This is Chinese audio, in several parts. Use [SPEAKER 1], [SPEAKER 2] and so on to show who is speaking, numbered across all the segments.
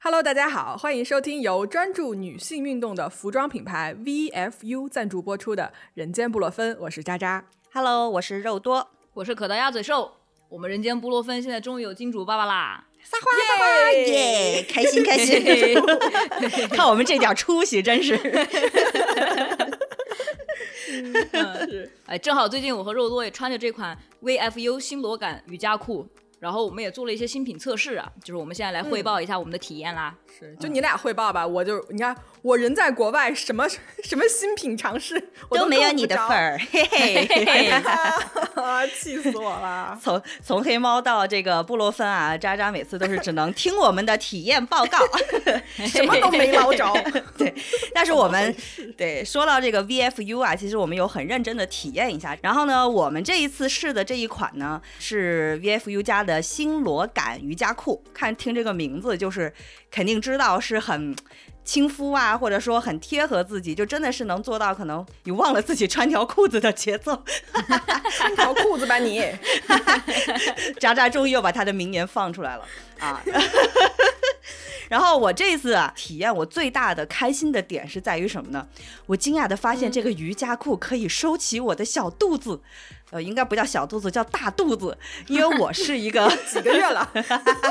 [SPEAKER 1] Hello，大家好，欢迎收听由专注女性运动的服装品牌 VFU 赞助播出的《人间布洛芬》，我是渣渣。
[SPEAKER 2] Hello，我是肉多，
[SPEAKER 3] 我是可达鸭嘴兽。我们人间布洛芬现在终于有金主爸爸 啦！
[SPEAKER 2] 撒花撒花耶，开心
[SPEAKER 3] 哎
[SPEAKER 2] 开心！ 看我们这点出息，真是
[SPEAKER 1] 是，
[SPEAKER 3] 哎，正好最近我和肉多也穿着这款 VFU 新裸感瑜伽裤，然后我们也做了一些新品测试啊，就是我们现在来汇报一下我们的体验啦。
[SPEAKER 1] 是，就你俩汇报吧，我就你看，我人在国外，什么什么新品尝试我
[SPEAKER 2] 都没有你的份
[SPEAKER 1] 儿、
[SPEAKER 2] 儿，嘿嘿。
[SPEAKER 1] 啊，哎气死我了！
[SPEAKER 2] 从从黑猫到这个布洛芬啊，渣渣每次都是只能听我们的体验报告，
[SPEAKER 3] 嗯
[SPEAKER 1] 什么都没捞着，
[SPEAKER 2] 对，但是我们对说到这个 VFU 啊，其实我们有很认真的体验一下。然后呢，我们这一次试的这一款呢是 VFU 家的星罗感瑜伽裤，看听这个名字就是肯定知道是很。亲肤啊，或者说很贴合自己，就真的是能做到可能你忘了自己穿条裤子的节奏。
[SPEAKER 1] 穿条裤子吧你。
[SPEAKER 2] 渣渣终于又把他的名言放出来了啊！然后我这次啊，体验我最大的开心的点是在于什么呢？我惊讶的发现这
[SPEAKER 1] 嗯
[SPEAKER 2] 个瑜伽裤可以收起我的小肚子，呃，应该不叫小肚子，叫大肚子，因为我是一个
[SPEAKER 1] 几个月了，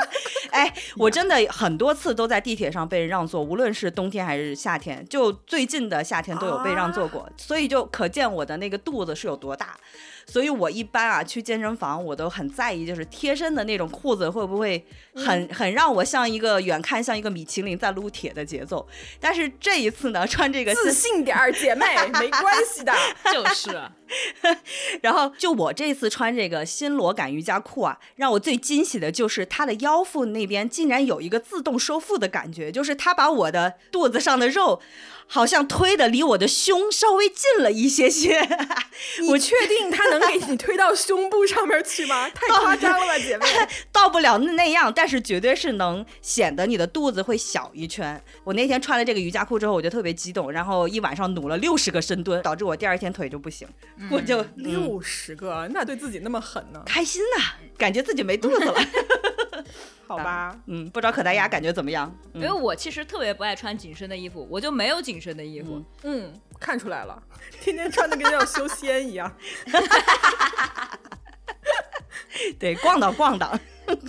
[SPEAKER 2] 哎，我真的很多次都在地铁上被人让座，无论是冬天还是夏天，就最近的夏天都有被让座
[SPEAKER 1] 啊
[SPEAKER 2] 过，所以就可见我的那个肚子是有多大。所以我一般啊去健身房，我都很在意，就是贴身的那种裤子会不会
[SPEAKER 1] 嗯
[SPEAKER 2] 很、很让我像一个远看像一个米其林在撸铁的节奏。但是这一次呢，穿这个
[SPEAKER 1] 自信点儿，姐妹，没关系 的。
[SPEAKER 3] 就是，啊
[SPEAKER 2] 然后就我这次穿这个新裸感瑜伽裤啊，让我最惊喜的就是它的腰腹那边竟然有一个自动收腹的感觉，就是它把我的肚子上的肉好像推的离我的胸稍微近了一些些。
[SPEAKER 1] 你确定它能给你推到胸部上面去吗？太夸张了吧，姐 妹！
[SPEAKER 2] 到不了那样，但是绝对是能显得你的肚子会小一圈。我那天穿了这个瑜伽裤之后，我就特别激动，然后一晚上努了六十个深蹲，导致我第二天腿就不行，我就、嗯、
[SPEAKER 1] 六十个，那对自己那么狠 呢？
[SPEAKER 2] 开心呐、感觉自己没肚子 了。
[SPEAKER 1] 好吧，
[SPEAKER 2] 嗯，不知道可达鸭感觉怎么样？
[SPEAKER 3] 因
[SPEAKER 1] 哎
[SPEAKER 2] 嗯
[SPEAKER 3] 为我其实特别不爱穿紧身的衣服，我就没有紧身的衣服。
[SPEAKER 1] 嗯，看出 来了，天天穿的跟要修仙一样。
[SPEAKER 2] 对，逛荡逛 荡。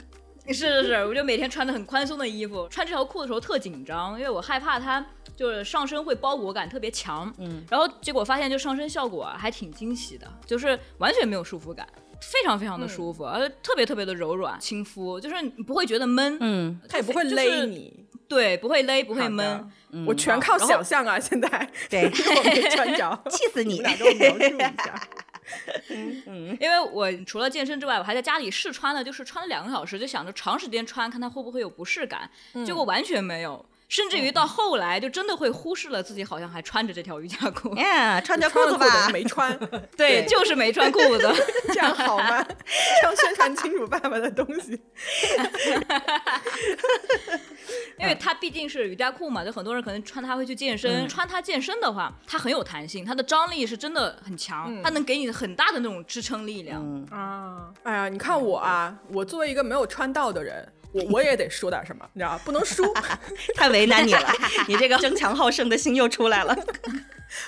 [SPEAKER 3] 是是是，我就每天穿的很宽松的衣服，穿这条裤子的时候特紧张，因为我害怕它就是上身会包裹感特别强。
[SPEAKER 2] 嗯，
[SPEAKER 3] 然后结果发现就上身效果啊还挺惊喜的，就是完全没有束缚感，非常非常
[SPEAKER 2] 嗯
[SPEAKER 3] 的舒服，而且特别特别的柔软亲肤，就是你不会觉得闷，
[SPEAKER 2] 嗯，
[SPEAKER 1] 他也不会
[SPEAKER 3] 就是
[SPEAKER 1] 勒你，
[SPEAKER 3] 对，不会勒，不
[SPEAKER 1] 不
[SPEAKER 3] 会闷。，
[SPEAKER 1] 我全靠想象啊！现在
[SPEAKER 2] 对
[SPEAKER 1] 我没穿着，
[SPEAKER 2] 气 死
[SPEAKER 1] 你
[SPEAKER 2] 你
[SPEAKER 1] 们！俩 给我描述一下。
[SPEAKER 3] 因为我除了健身之外，我还在家里试穿了，就是穿了两个小时，就想着长时间穿，看它会不会有不适感，
[SPEAKER 2] 嗯
[SPEAKER 3] 结果完全没有。甚至于到后来，就真的会忽视了自己好像还穿着这条瑜伽裤，
[SPEAKER 2] 呀，穿条裤
[SPEAKER 1] 穿了
[SPEAKER 2] 子
[SPEAKER 1] 裤子
[SPEAKER 2] 吧。
[SPEAKER 1] 没穿，
[SPEAKER 3] 对，就是没穿裤子。
[SPEAKER 1] 这样好吗？这样宣传清楚爸爸的东 西。
[SPEAKER 3] 因为它毕竟是瑜伽裤嘛，就很多人可能穿它会去健身，穿它健身的话，它很有弹性，它的张力是真的很强，它能给你很大的那种支撑力量。
[SPEAKER 2] 嗯，
[SPEAKER 1] 啊，哎呀，你看我啊，我作为一个没有穿到的人，我我也得说点什么，你知道吧不能输。
[SPEAKER 2] 太为难你 了，你这个争强好胜的心又出来了。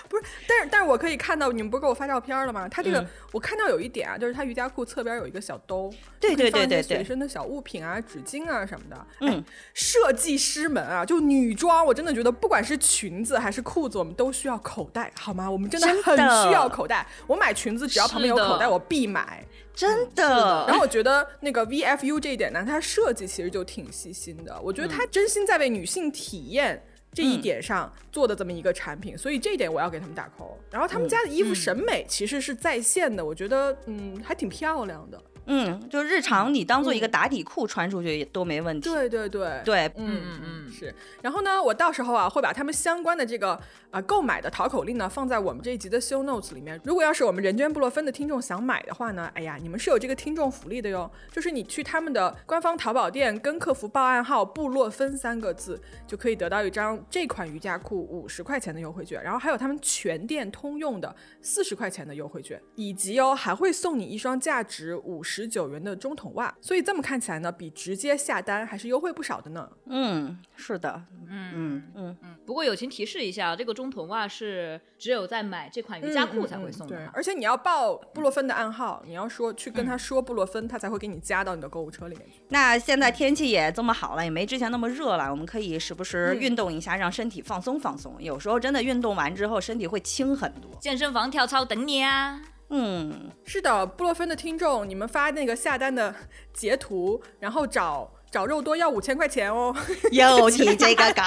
[SPEAKER 1] 不是，但是但是我可以看到，你们不是给我发照片了吗？它这
[SPEAKER 2] 嗯
[SPEAKER 1] 个、我看到有一点啊，就是它瑜伽裤侧边有一个小兜，
[SPEAKER 2] 对
[SPEAKER 1] 就可以
[SPEAKER 2] 对对
[SPEAKER 1] 放一些
[SPEAKER 2] 对对
[SPEAKER 1] 随身的小物品啊、纸巾啊什么的。
[SPEAKER 2] 嗯，
[SPEAKER 1] 设计师们啊，就女装，我真的觉得不管是裙子还是裤子，我们都需要口袋，好吗？我们真的
[SPEAKER 2] 真的
[SPEAKER 1] 很需要口袋。我买裙子只要旁边有
[SPEAKER 3] 是的
[SPEAKER 1] 口袋，我必买。
[SPEAKER 2] 真
[SPEAKER 1] 然
[SPEAKER 2] 的，
[SPEAKER 1] 后我觉得那个 VFU 这一点呢，它设计其实就挺细心的。我觉得它真心在为女性体验这一点上做的这么一个产品，所以这一点我要给他们打 call。然后他们家的衣服审美其实是在线的，我觉得嗯还挺漂亮的。
[SPEAKER 2] 嗯，就日常你当做一个打底裤穿出去也都没问题。
[SPEAKER 1] 对对对。
[SPEAKER 2] 对，
[SPEAKER 1] 嗯嗯是，然后呢，我到时候啊会把他们相关的这个啊、呃购买的淘口令呢放在我们这一集的 show notes 里面。如果要是我们人间布洛芬的听众想买的话呢，哎呀，你们是有这个听众福利的哟，就是你去他们的官方淘宝店跟客服报暗号“布洛芬”三个字，就可以得到一张这款瑜伽裤五十块钱的优惠券，然后还有他们全店通用的四十块钱的优惠券，以及哦还会送你一双价值五十。十九元的中筒袜，所以这么看起来呢，比直接下单还是优惠不少的呢。
[SPEAKER 2] 嗯，是的，
[SPEAKER 3] 嗯
[SPEAKER 2] 嗯嗯，
[SPEAKER 3] 嗯。不过友情提示一下，这个中筒袜是只有在买这款瑜伽裤才会送
[SPEAKER 1] 嗯
[SPEAKER 3] 的嗯
[SPEAKER 1] 对
[SPEAKER 3] 哈，。
[SPEAKER 1] 而且你要报布洛芬的暗号，你要说去跟他说布洛芬，他才会给你加到你的购物车里面去。
[SPEAKER 2] 那现在天气也这么好了，也没之前那么热了，我们可以时不时
[SPEAKER 1] 嗯
[SPEAKER 2] 运动一下，让身体放松放松。有时候真的运动完之后，身体会轻很多。
[SPEAKER 3] 健身房跳操等你啊！
[SPEAKER 2] 嗯，
[SPEAKER 1] 是的，布洛芬的听众，你们发那个下单的截图，然后找找肉多要五千块钱哦。
[SPEAKER 2] 有你这个梗，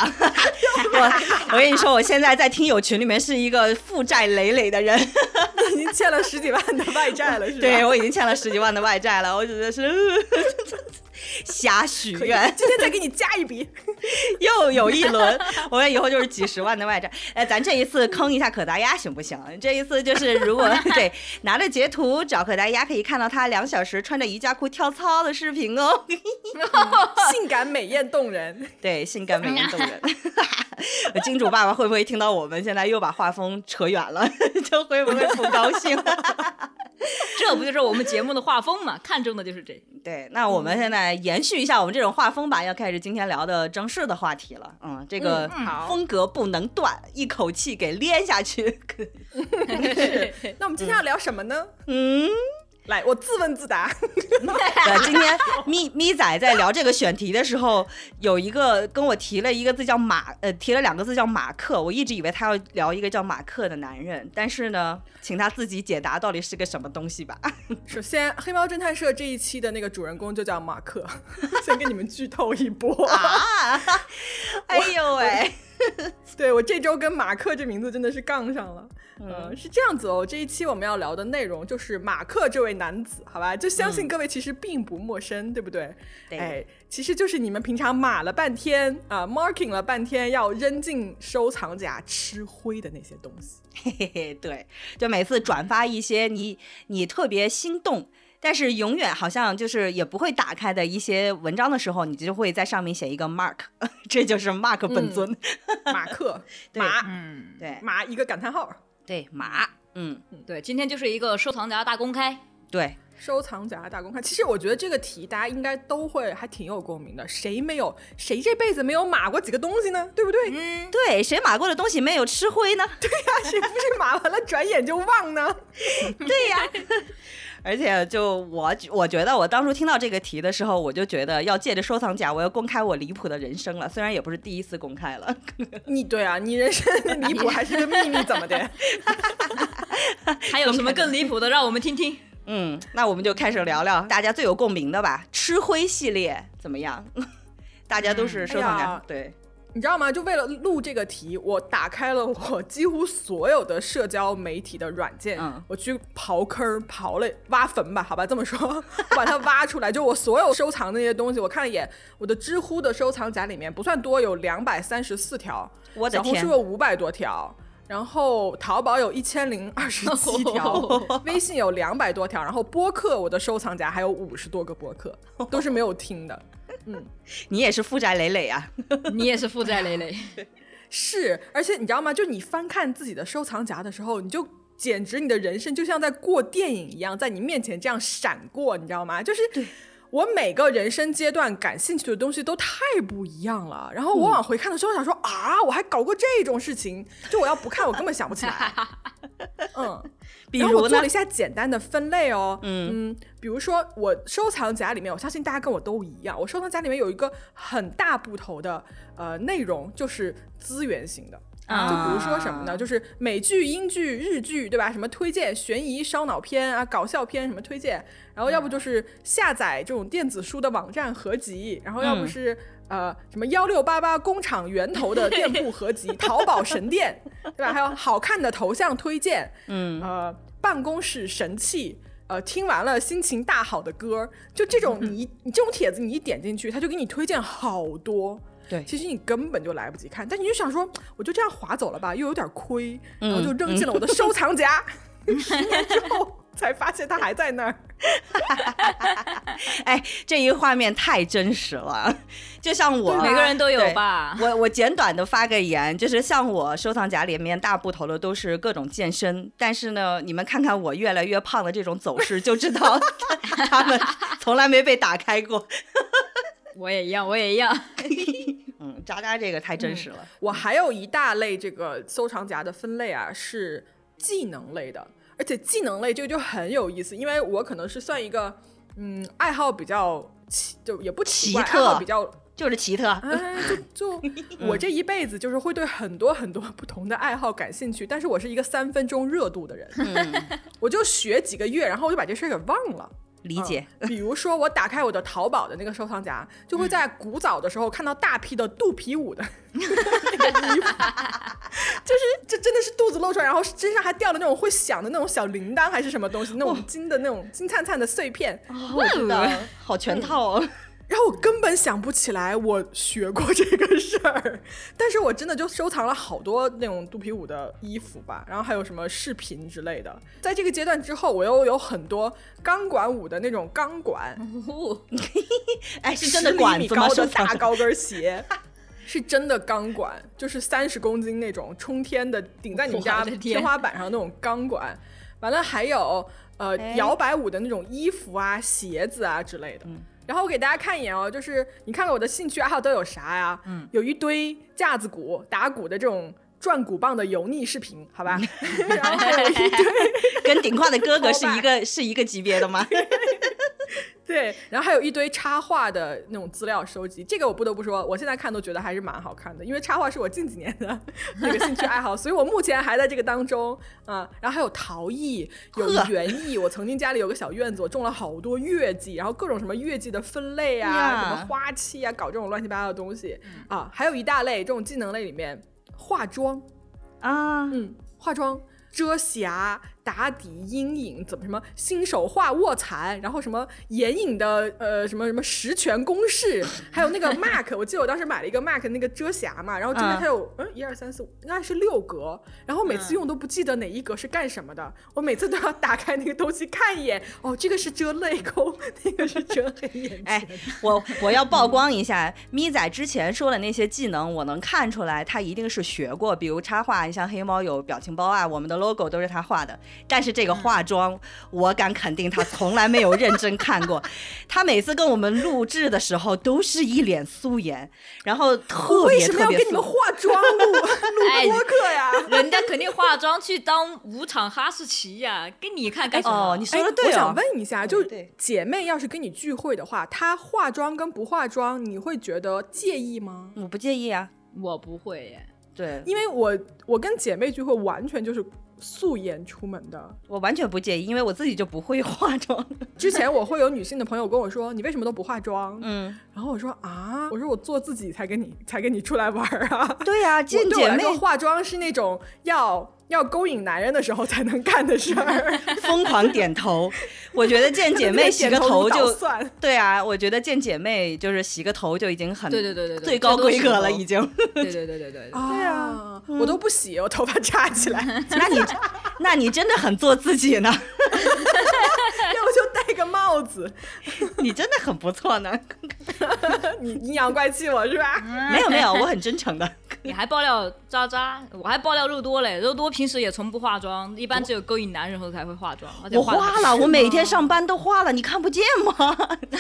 [SPEAKER 2] 我我跟你说，我现在在听友群里面是一个负债累累的人，
[SPEAKER 1] 已经欠了十几万的外债了，是吧？
[SPEAKER 2] 对我已经欠了十几万的外债了，我觉得是 瞎许
[SPEAKER 1] 可以
[SPEAKER 2] 愿，
[SPEAKER 1] 今天再给你加一笔。
[SPEAKER 2] 又有一轮，我们以后就是几十万的外债。哎，咱这一次坑一下可达鸭行不行？这一次就是 如果对拿着截图找可达鸭，可以看到他两小时穿着瑜伽裤跳操的视频哦。
[SPEAKER 1] 性感、美艳、动人。
[SPEAKER 2] 对，性感美人动人。
[SPEAKER 1] 嗯
[SPEAKER 2] 呃金主爸爸会不会听到我们现在又把画风扯远了， 就会不会不高兴？
[SPEAKER 3] 这不就是我们节目的画风嘛？看中的就是这。
[SPEAKER 2] 对，那我
[SPEAKER 1] 嗯
[SPEAKER 2] 们现在延续一下我们这种画风吧，要开始今天聊的正式的话题了。嗯，这个
[SPEAKER 1] 嗯好
[SPEAKER 2] 风格不能断，一口气给连下去。
[SPEAKER 1] 那我们今天要聊什么呢？
[SPEAKER 2] 嗯。
[SPEAKER 1] 来，我自问自答。
[SPEAKER 2] 对，今天咪咪仔在聊这个选题的时候，有一个跟我提了一个字叫马，呃，提了两个字叫马克。我一直以为他要聊一个叫马克的男人，但是呢，请他自己解答到底是个什么东西吧。
[SPEAKER 1] 首先，《黑猫侦探社》这一期的那个主人公就叫马克， 先给你们剧透一波。
[SPEAKER 2] 啊，哎呦喂，
[SPEAKER 1] 对我这周跟马克这名字真的是杠上了。嗯、是这样子哦，这一期我们要聊的内容就是马克这位男子，好吧？就相信各位其实并不陌生，对不对？
[SPEAKER 2] 对
[SPEAKER 1] 哎，其实就是你们平常码了半天啊、m a r k i n g 了半天，要扔进收藏夹吃灰的那些东西。
[SPEAKER 2] 嘿嘿嘿，对，就每次转发一些你你特别心动。但是永远好像就是也不会打开的一些文章的时候，你就会在上面写一个 mark，这 就是 mark 本尊。
[SPEAKER 1] 马克，
[SPEAKER 2] 对
[SPEAKER 1] 马
[SPEAKER 3] 嗯，
[SPEAKER 2] 对
[SPEAKER 1] 马一个感叹号，
[SPEAKER 2] 对，马，嗯，
[SPEAKER 3] 对，今天就是一个收藏夹大公开。
[SPEAKER 2] 对，
[SPEAKER 1] 收藏夹大公开。其实我觉得这个题大家应该都会还挺有共鸣的，谁没有谁这辈子没有码过几个东西呢？对不对？
[SPEAKER 3] 嗯，
[SPEAKER 2] 对，谁码过的东西没有吃灰呢？
[SPEAKER 1] 谁不是码完了转眼就忘呢？
[SPEAKER 2] 对呀、而且就我我觉得我当初听到这个题的时候，我就觉得要借着收藏夹，我要公开我离谱的人生了。虽然也不是第一次公开了，
[SPEAKER 1] 你对啊，你人生的离谱还是个秘密，怎么的？
[SPEAKER 3] 还有什么更离谱的？让我们听听。
[SPEAKER 2] 嗯，那我们就开始聊聊大家最有共鸣的吧，吃灰系列怎么样？ 大家都是收藏
[SPEAKER 1] 哎
[SPEAKER 2] 夹，
[SPEAKER 1] 呀
[SPEAKER 2] 对，
[SPEAKER 1] 你知道吗？就为了录这个题，我打开了我几乎所有的社交媒体的软件，
[SPEAKER 2] 嗯
[SPEAKER 1] 我去刨坑、刨了挖坟吧，好吧，这么说， 把它挖出来。就我所有收藏的那些东西，我看了一眼，我的知乎的收藏夹里面不算多，有两百三十四条，
[SPEAKER 2] 我的
[SPEAKER 1] 小红
[SPEAKER 2] 天
[SPEAKER 1] 书有五百多条。然后淘宝有一千零二十 七条，微信有两百多条，然后播客我的收藏夹还有五十多个播客，都是没有听的。
[SPEAKER 2] 你也是负债累累啊。
[SPEAKER 3] 你也是负债累累。
[SPEAKER 1] 是，而且你知道吗？就你翻看自己的收藏夹的时候，你就简直你的人生就像在过电影一样，在你面前这样闪过，你知道吗？就是我每个人生阶段感兴趣的东西都太不一样了。然后
[SPEAKER 2] 嗯
[SPEAKER 1] 我往回看的时候，想说、啊，我还搞过这种事情，就我要不看，我根本想不起 来。嗯，
[SPEAKER 2] 比
[SPEAKER 1] 然后
[SPEAKER 2] 如
[SPEAKER 1] 我做
[SPEAKER 2] 呢
[SPEAKER 1] 了一？下简单的分类哦，嗯比如说我收藏夹里面，我相信大家跟我都一样，我收藏夹里面有一个很大部头的呃内容，就是资源型的。
[SPEAKER 2] 啊
[SPEAKER 1] 就比如说什么呢？就是美剧、英剧、日剧，对吧？什么推荐悬疑、烧脑片啊、搞笑片什么推荐，然后要不就是下载这种电子书的网站合集，然后要不
[SPEAKER 2] 嗯
[SPEAKER 1] 是、呃什么幺六八八工厂源头的店铺合 集、淘宝神店，对吧？还有好看的头像推荐，
[SPEAKER 2] 嗯，
[SPEAKER 1] 呃办公室神器，呃听完了心情大好的歌儿，就这
[SPEAKER 2] 嗯
[SPEAKER 1] 种你一你这种帖子你一点进去，他就给你推荐好多。
[SPEAKER 2] 对
[SPEAKER 1] 其实你根本就来不及看，但你就想说，我就这样
[SPEAKER 2] 嗯
[SPEAKER 1] 划走了吧，又有点亏，然后就扔进了我的收藏夹。十年之后才发现它还在那儿。
[SPEAKER 2] 哎，这一个画面太真实了，就像我
[SPEAKER 3] 每个人都有
[SPEAKER 2] 啊对
[SPEAKER 3] 吧？
[SPEAKER 2] 我我简短的发个言，就是像我收藏夹里面大部头的都是各种健身，但是呢，你们看看我越来越胖的这种走势，就知道 他他们从来没被打开过。
[SPEAKER 3] 我也一 样，我也一样。
[SPEAKER 2] 哦嗯，渣渣这个太真实了。
[SPEAKER 1] 我还有一大类这个收藏夹的分类啊，是技能类的，而且技能类这个就很有意思，因为我可能是算一个嗯爱好比较奇，就也不奇怪，
[SPEAKER 2] 奇特嗯
[SPEAKER 1] 爱好比较
[SPEAKER 2] 就是奇特，啊
[SPEAKER 1] 哎， 就就我这一辈子就是会对很多很多不同的爱好感兴趣，但是我是一个三分钟热度的人，
[SPEAKER 2] 嗯
[SPEAKER 1] 我就学几个月，然后我就把这事儿给忘了。
[SPEAKER 2] 理解。
[SPEAKER 1] 嗯比如说，我打开我的淘宝的那个收藏夹，就会在古早的时候看到大批的肚皮舞的那个衣服，就是这真的是肚子露出来，然后身上还掉了那种会响的那种小铃铛还是什么东西，那种金的那种金灿灿的碎片，
[SPEAKER 3] 哦
[SPEAKER 2] 我知 道，
[SPEAKER 1] 嗯
[SPEAKER 2] 好全套哦。
[SPEAKER 1] 然后我根本想不起来我学过这个事儿，但是我真的就收藏了好多那种肚皮舞的衣服吧，然后还有什么视频之类的。在这个阶段之后，我又有很多钢管舞的那种钢管，
[SPEAKER 3] 哦
[SPEAKER 2] 哎，是
[SPEAKER 1] 10
[SPEAKER 2] 真的管
[SPEAKER 1] 厘米
[SPEAKER 2] 子吗？
[SPEAKER 1] 高的
[SPEAKER 2] 收藏
[SPEAKER 1] 大高跟 鞋，是真的钢管，就是三十公斤那种冲天的，顶在你们家
[SPEAKER 3] 我的天
[SPEAKER 1] 天花板上那种钢管。完了还有呃、
[SPEAKER 2] 哎
[SPEAKER 1] 摇摆舞的那种衣服啊、鞋子啊之类的。然后我给大家看一眼哦，就是你看看我的兴趣爱好都有啥呀？嗯，有一堆架子鼓、打鼓的这种转鼓棒的油腻视频，好 吧？然后还有一堆
[SPEAKER 2] 跟顶胯的哥哥是一个是一个级别的吗？
[SPEAKER 1] 对，然后还有一堆插画的那种资料收集，这个我不得不说，我现在看都觉得还是蛮好看的，因为插画是我近几年的 这个兴趣爱好，所以我目前还在这个当中啊、然后还有陶艺，有
[SPEAKER 2] 呵
[SPEAKER 1] 园艺，我曾经家里有个小院子，我种了好多月季，然后各种什么月季的分类啊，
[SPEAKER 2] 呀嗯
[SPEAKER 1] 什么花期啊，搞这种乱七八糟的东西啊，还有一大类这种技能类里面，化妆，
[SPEAKER 2] 啊，
[SPEAKER 1] 嗯，化妆、遮瑕、打底、阴影，怎么什么新手画卧蚕，然后什么眼影的呃什么什么十全公式，还有那个 MAC，我记得我当时买了一个 MAC 那个遮瑕嘛，然后遮瑕
[SPEAKER 2] 嗯
[SPEAKER 1] 它有嗯一二三四五，应该是六格，然后每次用都不记得哪一格是干什么的，我每次都要打开那个东西看一眼，哦，这个是遮泪沟， 那个是遮黑眼睛。
[SPEAKER 2] 哎，我我要曝光一下，咪仔之前说的那些技能，我能看出来他一定是学过，比如插画，像黑猫有表情包啊，我们的 logo 都是他画的。但是这个化妆，我敢肯定他从来没有认真看过。他每次跟我们录制的时候都是一脸素颜，然后特
[SPEAKER 1] 为
[SPEAKER 2] 别
[SPEAKER 1] 什么
[SPEAKER 2] 特
[SPEAKER 1] 要
[SPEAKER 2] 别
[SPEAKER 1] 给你们
[SPEAKER 2] 素。
[SPEAKER 1] 化妆录
[SPEAKER 3] 哎
[SPEAKER 1] 录播客呀？
[SPEAKER 3] 人家肯定化妆去当舞场哈士奇呀、跟你看干什么？
[SPEAKER 2] 哦，你说的
[SPEAKER 1] 我
[SPEAKER 2] 对
[SPEAKER 1] 想
[SPEAKER 2] 哦，
[SPEAKER 1] 问一下，就
[SPEAKER 2] 对
[SPEAKER 1] 姐妹要是跟你聚会的话，她化妆跟不化妆，你会觉得介意吗？
[SPEAKER 2] 我不介意啊。
[SPEAKER 3] 我不会耶，
[SPEAKER 2] 对，
[SPEAKER 1] 因为我我跟姐妹聚会完全就是素颜出门的。
[SPEAKER 2] 我完全不介意，因为我自己就不会化妆。
[SPEAKER 1] 之前我会有女性的朋友跟我说：“你为什么都不化妆？”
[SPEAKER 2] 嗯，
[SPEAKER 1] 然后我说：“啊，我说我做自己才跟你才跟你出来玩儿啊。”
[SPEAKER 2] 对呀、
[SPEAKER 1] 我
[SPEAKER 2] 见
[SPEAKER 1] 对我
[SPEAKER 2] 姐
[SPEAKER 1] 来
[SPEAKER 2] 妹
[SPEAKER 1] 说，化妆是那种要要勾引男人的时候才能干的事儿。
[SPEAKER 2] 疯狂点头。我觉得见 姐妹洗
[SPEAKER 1] 点
[SPEAKER 2] 个头
[SPEAKER 1] 头
[SPEAKER 2] 就
[SPEAKER 1] 捣蒜
[SPEAKER 2] 对啊，我觉得见姐妹就是洗个头就已经很
[SPEAKER 3] 对对对对对
[SPEAKER 2] 最高规格了，已
[SPEAKER 3] 经。
[SPEAKER 2] 经。
[SPEAKER 3] 对对对对
[SPEAKER 2] 哦
[SPEAKER 3] 对
[SPEAKER 1] 对
[SPEAKER 3] 对，
[SPEAKER 1] 啊，我
[SPEAKER 2] 嗯
[SPEAKER 1] 都不洗，我头发 扎起 来。
[SPEAKER 2] 那你那你真的很做自己呢，
[SPEAKER 1] 要不就戴个帽子，
[SPEAKER 2] 你真的很不错呢。
[SPEAKER 1] 你阴阳怪气我是吧？
[SPEAKER 2] 没有没有，我很真诚的。
[SPEAKER 3] 你还爆料渣渣，我还爆料肉多嘞。肉多平时也从不化妆，一般只有勾引男人后才会化妆，而且
[SPEAKER 2] 我
[SPEAKER 3] 化得
[SPEAKER 2] 化
[SPEAKER 3] 很
[SPEAKER 2] 了，我每天上班都化了，你看不见吗？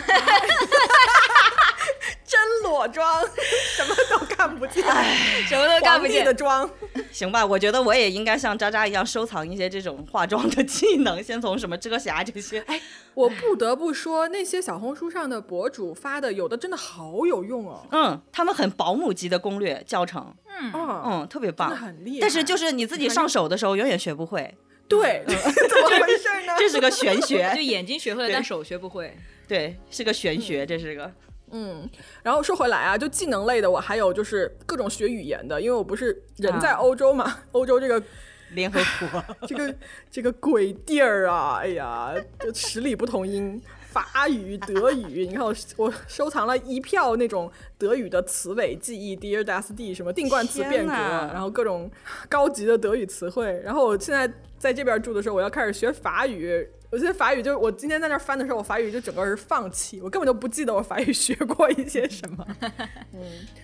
[SPEAKER 1] 真裸妆，
[SPEAKER 3] 嗯
[SPEAKER 1] 什么都看不见，
[SPEAKER 3] 什么都干
[SPEAKER 1] 皇
[SPEAKER 3] 不
[SPEAKER 1] 帝
[SPEAKER 3] 见
[SPEAKER 1] 的。妆。
[SPEAKER 2] 行吧，我觉得我也应该像渣渣一样收藏一些这种化妆的技能，先从什么遮瑕这些。哎，
[SPEAKER 1] 我不得不说，那些小红书上的博主发的，有的真的好有用哦。
[SPEAKER 2] 嗯，他们很保姆级的攻略教程，
[SPEAKER 1] 嗯，
[SPEAKER 2] 嗯，特别
[SPEAKER 1] 真
[SPEAKER 2] 棒
[SPEAKER 1] 的。很厉害。
[SPEAKER 2] 但是就是你自己上手的时候，永远学不会，
[SPEAKER 1] 对，
[SPEAKER 3] 嗯
[SPEAKER 1] 怎么回事 呢？
[SPEAKER 2] 这是个玄
[SPEAKER 3] 就
[SPEAKER 2] 学。
[SPEAKER 3] 眼睛学会了，
[SPEAKER 2] 对
[SPEAKER 3] 但手学不会。
[SPEAKER 2] 对，是个玄学，这是个。
[SPEAKER 1] 然后说回来啊，就技能类的，我还有就是各种学语言的，因为我不是人在
[SPEAKER 2] 啊
[SPEAKER 1] 欧洲嘛，欧洲这个
[SPEAKER 2] 联合国
[SPEAKER 1] 这个这个鬼地儿啊，哎呀，这十里不同音。法语、德语，你看我我收藏了一票那种德语的词尾记忆，Dear Das D 什么定冠词变
[SPEAKER 2] 天
[SPEAKER 1] 革，
[SPEAKER 2] 哪
[SPEAKER 1] 然后各种高级的德语词汇。然后我现在在这边住的时候，我要开始学法语，我觉得法语就我今天在那儿翻的时候，我法语就整个是放弃，我根本就不记得我法语学过一些什 么。嗯，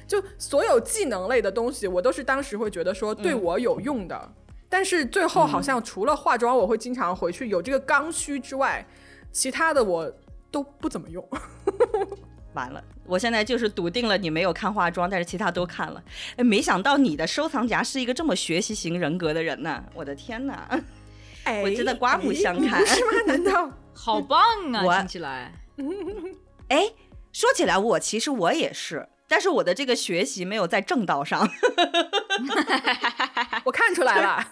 [SPEAKER 1] 就所有技能类的东西，我都是当时会觉得说对
[SPEAKER 2] 嗯
[SPEAKER 1] 我有用的，但是最后好像除了化妆，我会经常回去有这个刚需之外，其他的我都不怎么用。
[SPEAKER 2] 完了，我现在就是笃定了你没有看化妆，但是其他都看了。哎，没想到你的收藏夹是一个这么学习型人格的人呢！我的天哪，
[SPEAKER 1] 哎，
[SPEAKER 2] 我真的刮目相看
[SPEAKER 1] 哎你不是吗？难 道？
[SPEAKER 3] 好棒啊！
[SPEAKER 2] 我
[SPEAKER 3] 听起来，
[SPEAKER 2] 哎，说起来我其实我也是，但是我的这个学习没有在正道上。
[SPEAKER 1] 我看出来 了，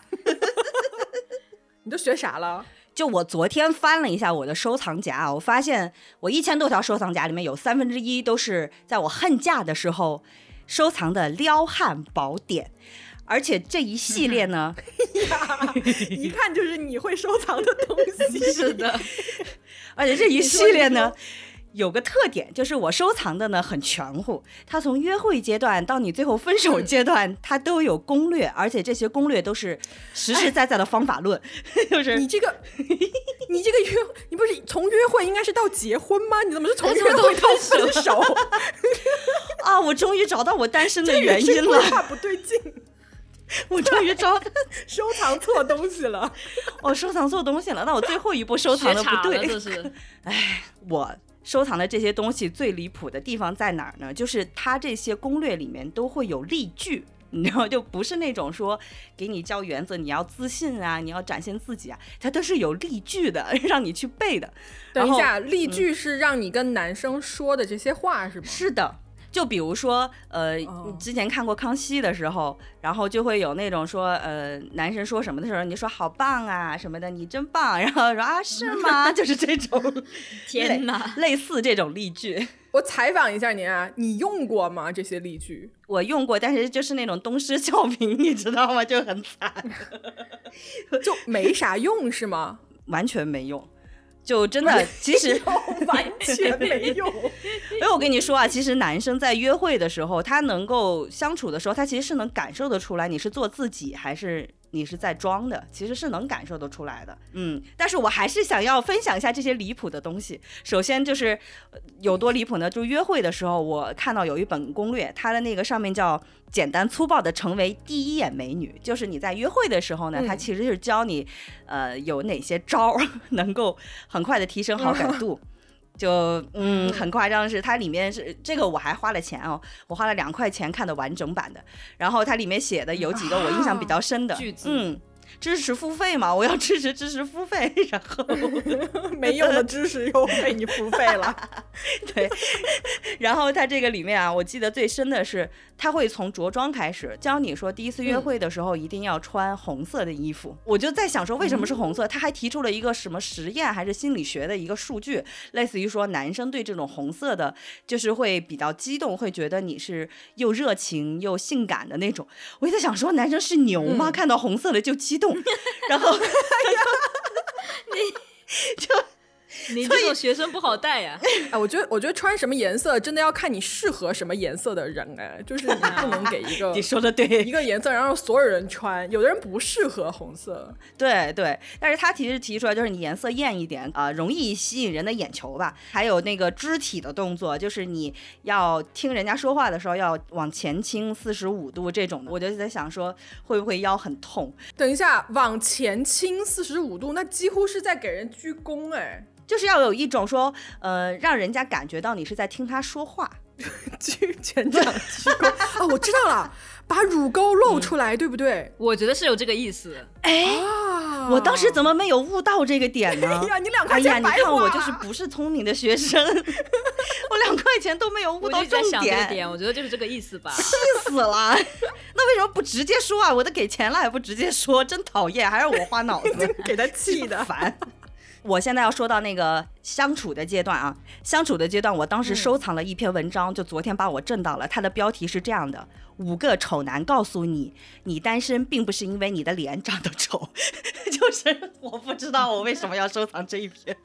[SPEAKER 1] 你都学啥 了？
[SPEAKER 2] 就我昨天翻了一下我的收藏夹啊，我发现我一千多条收藏夹里面有三分之一都是在我恨嫁的时候收藏的撩汉宝典，而且这一系列呢，
[SPEAKER 1] 一看就是你会收藏的东西。
[SPEAKER 3] 是 的，
[SPEAKER 2] 而且这一系列呢，有个特点就是我收藏的呢很全乎，它从约会阶段到你最后分手阶段，它都有攻略，而且这些攻略都是实实在在的方法论，就是
[SPEAKER 1] 你这 个，你这个约，你不是从约会应该是到结婚吗？你怎么是从
[SPEAKER 3] 哎怎么
[SPEAKER 1] 约会到分手？
[SPEAKER 2] 啊，我终于找到我单身的
[SPEAKER 1] 这
[SPEAKER 2] 原因了，
[SPEAKER 1] 话不对劲，
[SPEAKER 2] 我终于找到
[SPEAKER 1] 收藏错东西了。
[SPEAKER 2] 我哦收藏错东西了，那我最后一步收藏
[SPEAKER 3] 学
[SPEAKER 2] 的
[SPEAKER 3] 傻
[SPEAKER 2] 不
[SPEAKER 3] 了，
[SPEAKER 2] 对。
[SPEAKER 3] 这是。
[SPEAKER 2] 我收藏的这些东西最离谱的地方在哪儿呢？就是它这些攻略里面都会有例句。你知道，就不是那种说给你教原则，你要自信啊，你要展现自己啊，它都是有例句的， 让你去背的。
[SPEAKER 1] 等一
[SPEAKER 2] 然后
[SPEAKER 1] 下，例句是让你跟男生说的这些话是吗？
[SPEAKER 2] 是的，就比如说，呃，
[SPEAKER 1] 哦
[SPEAKER 2] 你之前看过《康熙》的时候，然后就会有那种说，呃，男生说什么的时候，你说好棒啊什么的，你真棒，然后说啊是吗？ 就是这种
[SPEAKER 3] 天哪！
[SPEAKER 2] 类似这种例句。
[SPEAKER 1] 我采访一下您啊，你用过吗？这些例 句？
[SPEAKER 2] 我用过，但是就是那种东施效颦，你知道吗？就很惨，
[SPEAKER 1] 就没啥用是 吗？
[SPEAKER 2] 完全没用。就真的，其实，
[SPEAKER 1] 完全没用。
[SPEAKER 2] 因为我跟你说啊，其实男生在约会的时候，他能够相处的时候，他其实是能感受得出来你是做自己还是你是在装的，其实是能感受得出来的。嗯，但是我还是想要分享一下这些离谱的东西。首先就是呃有多离谱呢？就约会的时候，我看到有一本攻略，它的那个上面叫“简单粗暴的成为第一眼美女”，就是你在约会的时候呢，
[SPEAKER 1] 嗯
[SPEAKER 2] 它其实就是教你，呃，有哪些招儿 能够很快的提升好感度。
[SPEAKER 3] 嗯
[SPEAKER 2] 就嗯，很夸张的是，它里面是这个我还花了钱哦，我花了两块钱看的完整版的，然后它里面写的有几个我印象比较深的，
[SPEAKER 3] 嗯啊句子
[SPEAKER 2] 嗯，支持付费嘛，我要支持支持付费， 然后
[SPEAKER 1] 没用的知识又被你付费了。
[SPEAKER 2] 对，然后它这个里面啊，我记得最深的是，它会从着装开始教你说，第一次约会的时候一定要穿红色的衣服。我就在想说，为什么是红色？他还提出了一个什么实验还是心理学的一个数据，类似于说男生对这种红色的，就是会比较激动，会觉得你是又热情又性感的那种。我就在想说，男生是牛吗？
[SPEAKER 1] 嗯
[SPEAKER 2] 看到红色的就激动， 然后。
[SPEAKER 3] 你这种学生不好带呀，
[SPEAKER 1] 哎，我觉得，我觉得穿什么颜色真的要看你适合什么颜色的人。哎，就是 你不能给一个
[SPEAKER 2] 你说的对
[SPEAKER 1] 一，个颜色，然后让所有人穿。有的人不适合红色，
[SPEAKER 2] 对对，但是他其实提出来就是你颜色艳一点啊、呃容易吸引人的眼球吧。还有那个肢体的动作，就是你要听人家说话的时候要往前倾四十五度这种的，我就在想说会不会腰很痛？
[SPEAKER 1] 等一下往前倾四十五度，那几乎是在给人鞠躬。哎，
[SPEAKER 2] 就是要有一种说呃让人家感觉到你是在听他说话。
[SPEAKER 1] 鞠全场鞠躬啊！我知道了，把乳沟露出来，对不对？
[SPEAKER 3] 我觉得是有这个意思。
[SPEAKER 2] 哎，
[SPEAKER 1] 啊！
[SPEAKER 2] 我当时怎么没有悟到这个点呢？
[SPEAKER 1] 哎呀，你两
[SPEAKER 2] 哎
[SPEAKER 1] 块
[SPEAKER 2] 呀，
[SPEAKER 1] 钱
[SPEAKER 2] 你
[SPEAKER 1] 白
[SPEAKER 2] 看
[SPEAKER 1] 花
[SPEAKER 2] 我
[SPEAKER 1] 了
[SPEAKER 2] 就是不是聪明的学生， 我两块钱都没有悟
[SPEAKER 3] 我
[SPEAKER 2] 到
[SPEAKER 3] 就
[SPEAKER 2] 重
[SPEAKER 3] 在想这个点，我觉得就是这个意思吧。
[SPEAKER 2] 气死了！ 那为什么不直接说啊？我都给钱了，也不直接说，真讨厌，还让我花脑子
[SPEAKER 1] ，给他气的
[SPEAKER 2] 烦。我现在要说到那个相处的阶段啊，相处的阶段，我当
[SPEAKER 1] 嗯
[SPEAKER 2] 时收藏了一篇文章，就昨天把我震到了。它的标题是这样的：五个丑男告诉你，你单身并不是因为你的脸长得丑， 就是我不知道我为什么要收藏这一篇。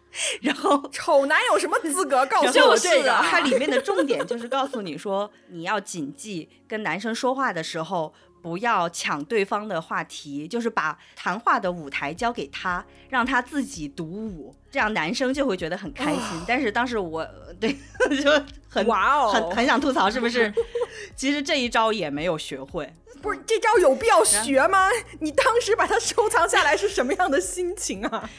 [SPEAKER 2] 然后
[SPEAKER 1] 丑男有什么资格告
[SPEAKER 2] 然
[SPEAKER 1] 诉
[SPEAKER 2] 后
[SPEAKER 1] 我啊
[SPEAKER 2] 这
[SPEAKER 1] 这
[SPEAKER 2] 个
[SPEAKER 1] 个？
[SPEAKER 2] 它里面的重点就是告诉你说，你要谨记跟男生说话的时候。不要抢对方的话题，就是把谈话的舞台交给他，让他自己独舞，这样男生就会觉得很开心。但是当时我对 就很
[SPEAKER 1] 哇哦
[SPEAKER 2] 很很想吐槽，是不是？ 其实这一招也没有学会。
[SPEAKER 1] 不是这招有必要学吗？你当时把它收藏下来是什么样的心情 啊？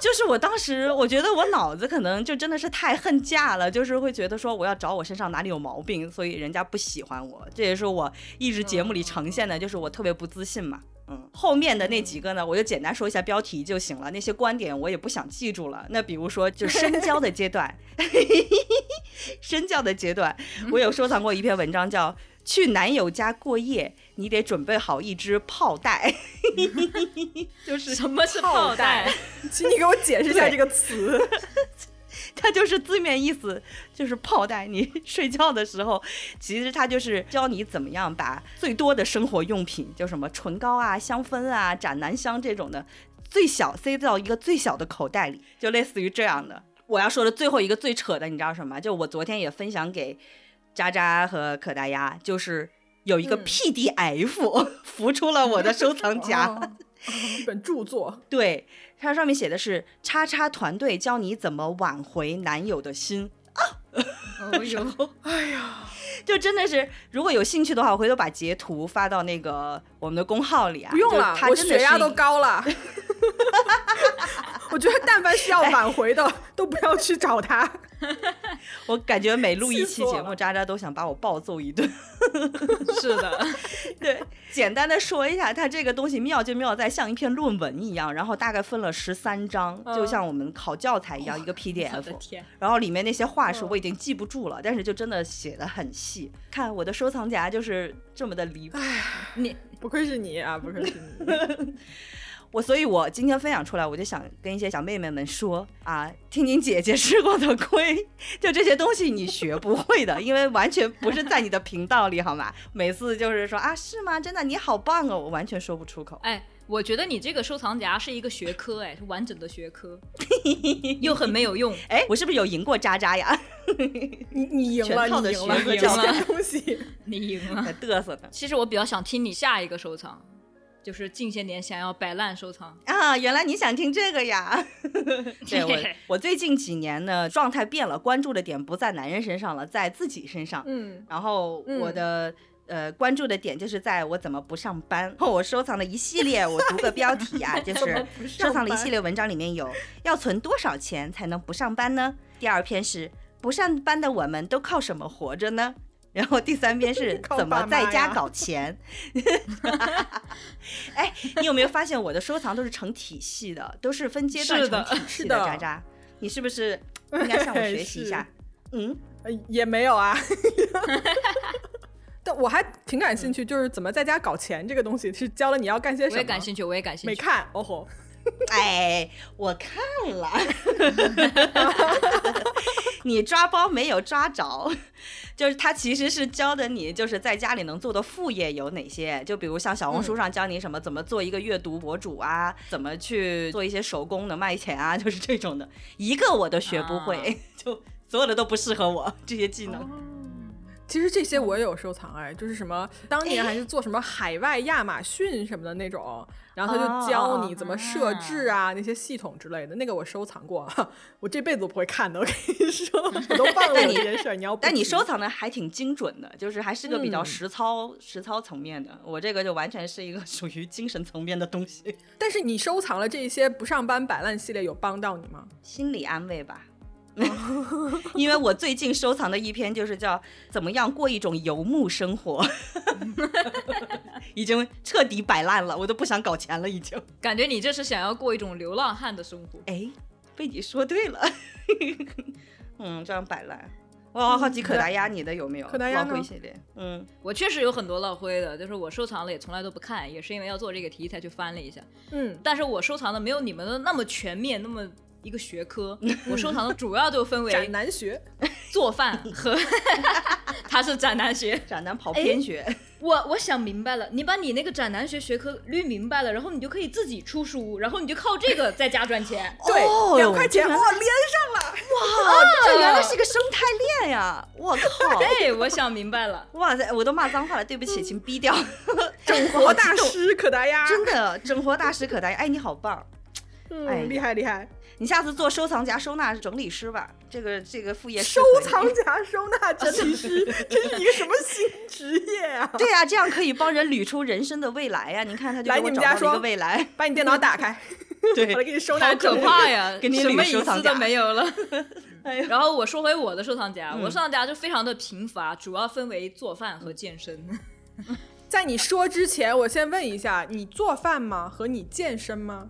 [SPEAKER 2] 就是我当时，我觉得我脑子可能就真的是太恨嫁了，就是会觉得说我要找我身上哪里有毛病，所以人家不喜欢我。这也是我一直节目里呈现的，就是我特别不自信嘛。嗯，后面的那几个呢，我就简单说一下标题就行了。那些观点我也不想记住了。那比如说，就深交的阶段， 深交的阶段，我有收藏过一篇文章叫《去男友家过夜，你得准备好一只炮弹》， 就是
[SPEAKER 3] 什么是炮弹？
[SPEAKER 1] 请你给我解释一下这
[SPEAKER 2] 对
[SPEAKER 1] 个词。
[SPEAKER 2] 它就是字面意思，就是炮弹。你 睡觉的时候，其实它就是教你怎么样把最多的生活用品，就什么唇膏啊、香氛啊、斩男香这种的，最小塞到一个最小的口袋里，就类似于这样的。我要说的最后一个最扯的，你知道什么？就我昨天也分享给渣渣和可达鸭，就是有一个
[SPEAKER 1] 嗯
[SPEAKER 2] PDF、浮出了我的收藏夹。
[SPEAKER 1] 哦一本著作，
[SPEAKER 2] 对，它上面写的是“叉叉团队教你怎么挽回男友的心”。
[SPEAKER 1] 哦
[SPEAKER 2] 啊，哎呦， 哎呀，就真的是，如果有兴趣的话，我回头把截图发到那个我们的公号里啊。
[SPEAKER 1] 不用
[SPEAKER 2] 就
[SPEAKER 1] 了，
[SPEAKER 2] 它
[SPEAKER 1] 我
[SPEAKER 2] 真的
[SPEAKER 1] 血
[SPEAKER 2] 是
[SPEAKER 1] 压
[SPEAKER 2] 一
[SPEAKER 1] 都高 了。我觉得但凡需要挽回的，都不要去找他。
[SPEAKER 2] 我感觉每录一
[SPEAKER 1] 气
[SPEAKER 2] 期
[SPEAKER 1] 死我
[SPEAKER 2] 节目，
[SPEAKER 1] 了
[SPEAKER 2] 渣渣都想把我暴揍一顿。
[SPEAKER 3] 是的，
[SPEAKER 2] 对，简单的说一下，它这个东西妙就妙在像一篇论文一样，然后大概分了十三章，就
[SPEAKER 1] 嗯
[SPEAKER 2] 像我们考教材一样，一个 PDF。
[SPEAKER 3] 我的天，
[SPEAKER 2] 然后里面那些话术
[SPEAKER 1] 嗯
[SPEAKER 2] 我已经记不住了，但是就真的写的很细。看我的收藏夹就是这么的离谱，
[SPEAKER 3] 你
[SPEAKER 1] 不愧是你啊，不愧是你。
[SPEAKER 2] 我所以，我今天分享出来，我就想跟一些小妹妹们说啊，听听姐姐吃过的亏，就这些东西你学不会 的，因为完全不是在你的频道里，好吗？每次就是说啊，是吗？真的你好棒哦，我完全说不出口。
[SPEAKER 3] 哎，我觉得你这个收藏夹是一个学科，哎，是完整的学科，又很没有用。
[SPEAKER 2] 哎，我是不是有赢过渣渣呀？
[SPEAKER 1] 你你赢
[SPEAKER 2] 全
[SPEAKER 1] 了，
[SPEAKER 2] 套
[SPEAKER 1] 你
[SPEAKER 2] 的
[SPEAKER 1] 赢了
[SPEAKER 2] 学科
[SPEAKER 1] 这
[SPEAKER 3] 教材
[SPEAKER 1] 些东西。
[SPEAKER 3] 你赢 了。
[SPEAKER 2] 还嘚瑟呢。
[SPEAKER 3] 其实我比较想听你下一个收藏，就是近些年想要摆烂收藏。
[SPEAKER 2] 啊，原来你想听这个呀？对我，我最近几年呢，状态变了，关注的点不在男人身上了，在自己身上。
[SPEAKER 1] 嗯，
[SPEAKER 2] 然后我
[SPEAKER 1] 嗯
[SPEAKER 2] 的、呃关注的点就是在我怎么不上班， 然后我收藏了一系列，我读个标题 啊，就是收藏了一系列文章，里面有要存多少钱才能不上班呢？第二篇是不上班的我们都靠什么活着呢？然后第三篇是
[SPEAKER 1] 靠
[SPEAKER 2] 怎
[SPEAKER 1] 爸
[SPEAKER 2] 么
[SPEAKER 1] 妈
[SPEAKER 2] 在家
[SPEAKER 1] 呀
[SPEAKER 2] 搞钱？ 哎，你有没有发现我的收藏都是成体系的，都是分阶段
[SPEAKER 3] 是
[SPEAKER 2] 成
[SPEAKER 3] 的
[SPEAKER 2] 体
[SPEAKER 1] 是
[SPEAKER 2] 系的？
[SPEAKER 1] 的
[SPEAKER 2] 渣渣，你是不是应该向我学习 一下？嗯，
[SPEAKER 1] 呃也没有啊。 但我还挺感兴趣，就是怎么在家搞钱这个东西，是教了你要干些什
[SPEAKER 3] 我
[SPEAKER 1] 么？
[SPEAKER 3] 也感兴趣，我也感兴
[SPEAKER 1] 没
[SPEAKER 3] 趣。
[SPEAKER 1] 看，哦吼，
[SPEAKER 2] 哎，我看了， 你抓包没有抓着，就是他其实是教的你，就是在家里能做的副业有哪些，就比如像小红书上教你什么怎么做一个阅读博主啊，怎么去做一些手工能卖钱啊， 就是这种的，一个我都学不会，
[SPEAKER 3] 啊
[SPEAKER 2] 就所有的都不适合我这些技能。
[SPEAKER 1] 其实这些我也有收藏哎，就是什么当年还是做什么海外亚马逊什么的那种，然后他就教你怎么设置啊那些系统之类的，那个我收藏过，我这辈子都不会看的，我跟你说，我都 忘了
[SPEAKER 2] 但
[SPEAKER 1] 有
[SPEAKER 2] 你
[SPEAKER 1] 这件事儿。你要不
[SPEAKER 2] 但你
[SPEAKER 1] 提
[SPEAKER 2] 收藏的还挺精准的，就是还是个比较
[SPEAKER 1] 嗯
[SPEAKER 2] 实操、实操层面的。我这个就完全是一个属于精神层面的东西，
[SPEAKER 1] 但是你收藏了这一些不上班摆烂系列，有帮到你吗？
[SPEAKER 2] 心理安慰吧。哦 因为我最近收藏的一篇就是叫《怎么样过一种游牧生活》， 已经彻底摆烂了，我都不想搞钱了，已经。
[SPEAKER 3] 感觉你这是想要过一种流浪汉的生活。
[SPEAKER 2] 哎，被你说对 了，嗯，这样摆烂。我好好奇可达鸭你的有没有？
[SPEAKER 1] 可达鸭呢
[SPEAKER 2] 老规系列，嗯，
[SPEAKER 3] 我确实有很多落灰的，就是我收藏了也从来都不看，也是因为要做这个题才去翻了一下。
[SPEAKER 1] 嗯，
[SPEAKER 3] 但是我收藏的没有你们的那么全面，那么一个学 科。我收藏的主要就分
[SPEAKER 1] 斩
[SPEAKER 3] 为
[SPEAKER 1] 男学，
[SPEAKER 3] 做饭和，他是斩男学，
[SPEAKER 2] 哎斩男跑偏学，
[SPEAKER 3] 我我想明白了，你把你那个斩男学学科捋明白了，然后你就可以自己出书，然后你就靠这个在家赚钱。
[SPEAKER 1] 对，
[SPEAKER 2] 哦
[SPEAKER 1] 两块钱
[SPEAKER 2] 这
[SPEAKER 1] 哇，
[SPEAKER 2] 原
[SPEAKER 1] 连上了，
[SPEAKER 2] 哇， 这原来是个生态链呀！我靠，嗯
[SPEAKER 3] 对，我想明白了。
[SPEAKER 2] 哇塞，我都骂脏话了，对不起，请逼掉。
[SPEAKER 1] 整活大师可达鸭，
[SPEAKER 2] 真 的，整活大师可达，哎，你好棒！哎呀
[SPEAKER 1] 嗯，厉害厉害，
[SPEAKER 2] 你下次做收藏夹、收纳整理师吧，这个这个副业适
[SPEAKER 1] 收
[SPEAKER 2] 合
[SPEAKER 1] 藏
[SPEAKER 2] 你
[SPEAKER 1] 夹、收纳整理师，这是一个什么新职业 啊？
[SPEAKER 2] 对呀、这样可以帮人捋出人生的未来呀、你看，他就
[SPEAKER 1] 来
[SPEAKER 2] 给我
[SPEAKER 1] 你们家
[SPEAKER 2] 找到了一个
[SPEAKER 1] 说
[SPEAKER 2] 未来。
[SPEAKER 1] 把你电脑打开，
[SPEAKER 2] 对
[SPEAKER 1] 我来给你收纳
[SPEAKER 3] 好
[SPEAKER 1] 整
[SPEAKER 3] 可
[SPEAKER 1] 理。
[SPEAKER 3] 怕呀！
[SPEAKER 2] 给你
[SPEAKER 3] 什么
[SPEAKER 2] 捋收
[SPEAKER 3] 隐
[SPEAKER 2] 藏
[SPEAKER 3] 私
[SPEAKER 2] 夹
[SPEAKER 3] 都没 有了。
[SPEAKER 2] 哎呦
[SPEAKER 3] 然后我说回我的收藏夹，我收藏夹就非常的贫乏，主要分为做饭和健身。
[SPEAKER 1] 在你说之前，我先问一下，你做饭吗？和你健身吗？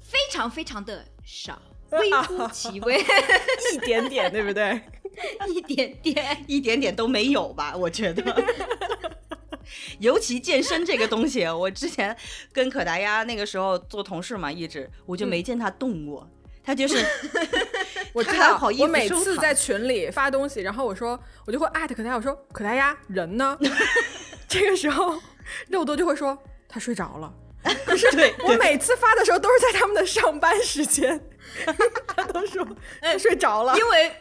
[SPEAKER 3] 非常非常的少，微乎其微，
[SPEAKER 1] 一点点，对不 对？
[SPEAKER 3] 一点点。
[SPEAKER 2] 一点点都没有吧，我觉得。 尤其健身这个东西，我之前跟可达鸭那个时候做同事嘛，一直我就
[SPEAKER 1] 嗯
[SPEAKER 2] 没见他动过，他就是
[SPEAKER 1] 我知
[SPEAKER 2] 还
[SPEAKER 1] 道
[SPEAKER 2] 好意，思
[SPEAKER 1] 我每
[SPEAKER 2] 收
[SPEAKER 1] 次
[SPEAKER 2] 藏
[SPEAKER 1] 在群里发东西，然后我说我就会艾特可达鸭，我说可达鸭人呢？ 这个时候肉多就会说他睡着了。可是
[SPEAKER 2] 对
[SPEAKER 1] 我每次发的时候都是在他们的上班时间，嗯他都说他睡着了。
[SPEAKER 3] 因为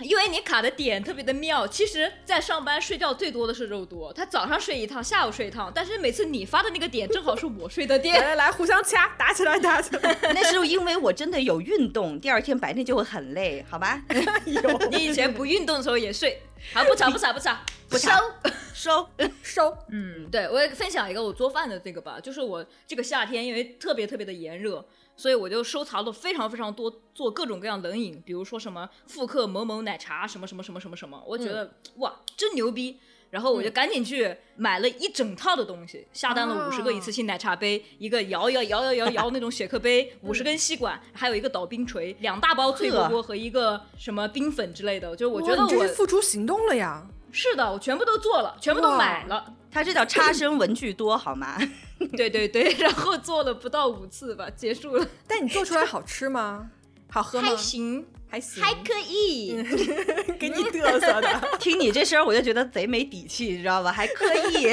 [SPEAKER 3] 因为你卡的点特别的妙，其实，在上班睡觉最多的是肉多，他早上睡一趟，下午睡一趟，但是每次你发的那个点正好是我睡的
[SPEAKER 1] 来
[SPEAKER 3] 点。
[SPEAKER 1] 来来，互相掐，打起来，打起来！
[SPEAKER 2] 那时候因为我真的有运动，第二天白天就会很累，好吧？
[SPEAKER 1] 有
[SPEAKER 3] 你以前不运动的时候也睡，好不吵不吵不吵
[SPEAKER 2] 不吵
[SPEAKER 3] 收
[SPEAKER 2] 收，
[SPEAKER 1] 收
[SPEAKER 3] 嗯，对，我也分享一个我做饭的这个吧，就是我这个夏天因为特别特别的炎热，所以我就收藏了非常非常多做各种各样冷饮，比如说什么复刻某某奶茶什么什么什么什么什么，我觉
[SPEAKER 1] 嗯
[SPEAKER 3] 得、哇真牛逼，然后我就赶紧去买了一整套的东西，下单了五十个
[SPEAKER 1] 啊
[SPEAKER 3] 一次性奶茶杯，一个摇摇摇摇摇摇那种雪克杯，五十根吸管，还有一个倒冰锤，两大包脆
[SPEAKER 2] 呵
[SPEAKER 3] 火锅和一个什么冰粉之类的，就是我觉得
[SPEAKER 1] 哇你这
[SPEAKER 3] 我
[SPEAKER 1] 是付出行动了呀！
[SPEAKER 3] 是的，我全部都做了，全部都
[SPEAKER 1] 哇
[SPEAKER 3] 买了。
[SPEAKER 2] 他这叫差生文具多，好吗？
[SPEAKER 3] 对对对，然后做了不到五次吧，结束 了，
[SPEAKER 1] 但你做出来好吃吗？好喝吗？
[SPEAKER 3] 行，嗯
[SPEAKER 1] 还行，
[SPEAKER 3] 还可以。
[SPEAKER 1] 给你嘚瑟的。
[SPEAKER 2] 听你这声儿，我就觉得贼没底气，你知道吧？还刻意，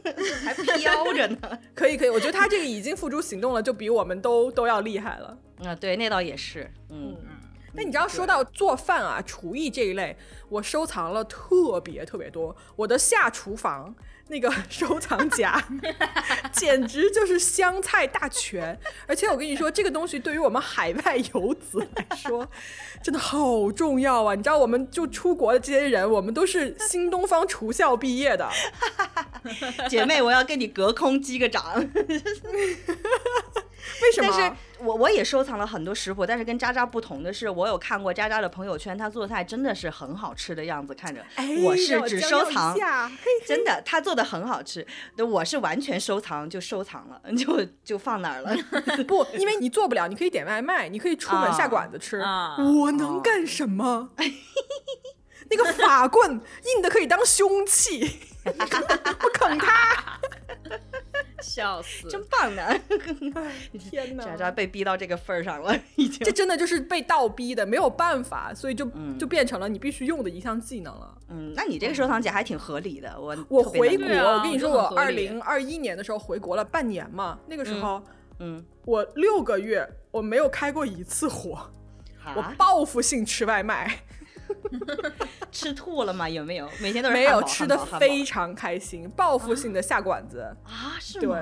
[SPEAKER 2] 还飘着呢。
[SPEAKER 1] 可以可以，我觉得他这个已经付诸行动了，就比我们都都要厉害了。
[SPEAKER 2] 啊，对，那倒也是，嗯，
[SPEAKER 1] 那你知道说到做饭啊、厨艺这一类，我收藏了特别特别多，我的下厨房那个 收藏 夹，简直就是香菜大全。而且我跟你说，这个东西对于我们海外游子来说，真的好重要啊！你知道，我们就出国的这些人，我们都是新东方厨校毕业的，
[SPEAKER 2] 姐妹，我要跟你隔空击 个掌。
[SPEAKER 1] 为什么？
[SPEAKER 2] 但是我我也收藏了很多食谱，但是跟渣渣不同的是，我有看过渣渣的朋友圈，他做菜真的是很好吃的样子，看着。
[SPEAKER 1] 哎，
[SPEAKER 2] 我是
[SPEAKER 1] 让
[SPEAKER 2] 只
[SPEAKER 1] 将
[SPEAKER 2] 收
[SPEAKER 1] 就一
[SPEAKER 2] 藏，
[SPEAKER 1] 下
[SPEAKER 2] 真的，他做的很好吃。那我是完全收藏就收藏了， 就就放那儿了。
[SPEAKER 1] 不，因为你做不了，你可以点外卖，你可以出门下馆子吃。
[SPEAKER 3] 啊 啊
[SPEAKER 1] 我能干什 么？那个法棍硬的可以当凶器， 我啃它。
[SPEAKER 3] 笑死！
[SPEAKER 2] 真棒呢！
[SPEAKER 1] 天
[SPEAKER 2] 渣渣被逼到这个份儿上了，嗯已经
[SPEAKER 1] 这。真的就是被倒逼的，没有办法，所以就、就变成了你必须用的一项技能了。
[SPEAKER 2] 嗯，那你这个收藏夹还挺合理的。我
[SPEAKER 1] 嗯我
[SPEAKER 2] 特别能
[SPEAKER 1] 回国，
[SPEAKER 3] 对啊
[SPEAKER 1] 我跟你
[SPEAKER 3] 我觉
[SPEAKER 1] 说，
[SPEAKER 3] 得
[SPEAKER 1] 我
[SPEAKER 3] 很合
[SPEAKER 1] 二
[SPEAKER 3] 理
[SPEAKER 1] 零二一年的时候回国了半年嘛，那个时候、
[SPEAKER 2] 嗯，
[SPEAKER 1] 我六个月我没有开过一次火，我
[SPEAKER 2] 啊，
[SPEAKER 1] 报复性吃外卖。
[SPEAKER 2] 吃吐了吗？有没有？每天都是
[SPEAKER 1] 没
[SPEAKER 2] 汉
[SPEAKER 1] 有
[SPEAKER 2] 堡
[SPEAKER 1] 吃
[SPEAKER 2] 汉
[SPEAKER 1] 的
[SPEAKER 2] 堡汉堡
[SPEAKER 1] 非常开心，报复性的下馆子。
[SPEAKER 2] 啊，是
[SPEAKER 1] 对
[SPEAKER 2] 吗？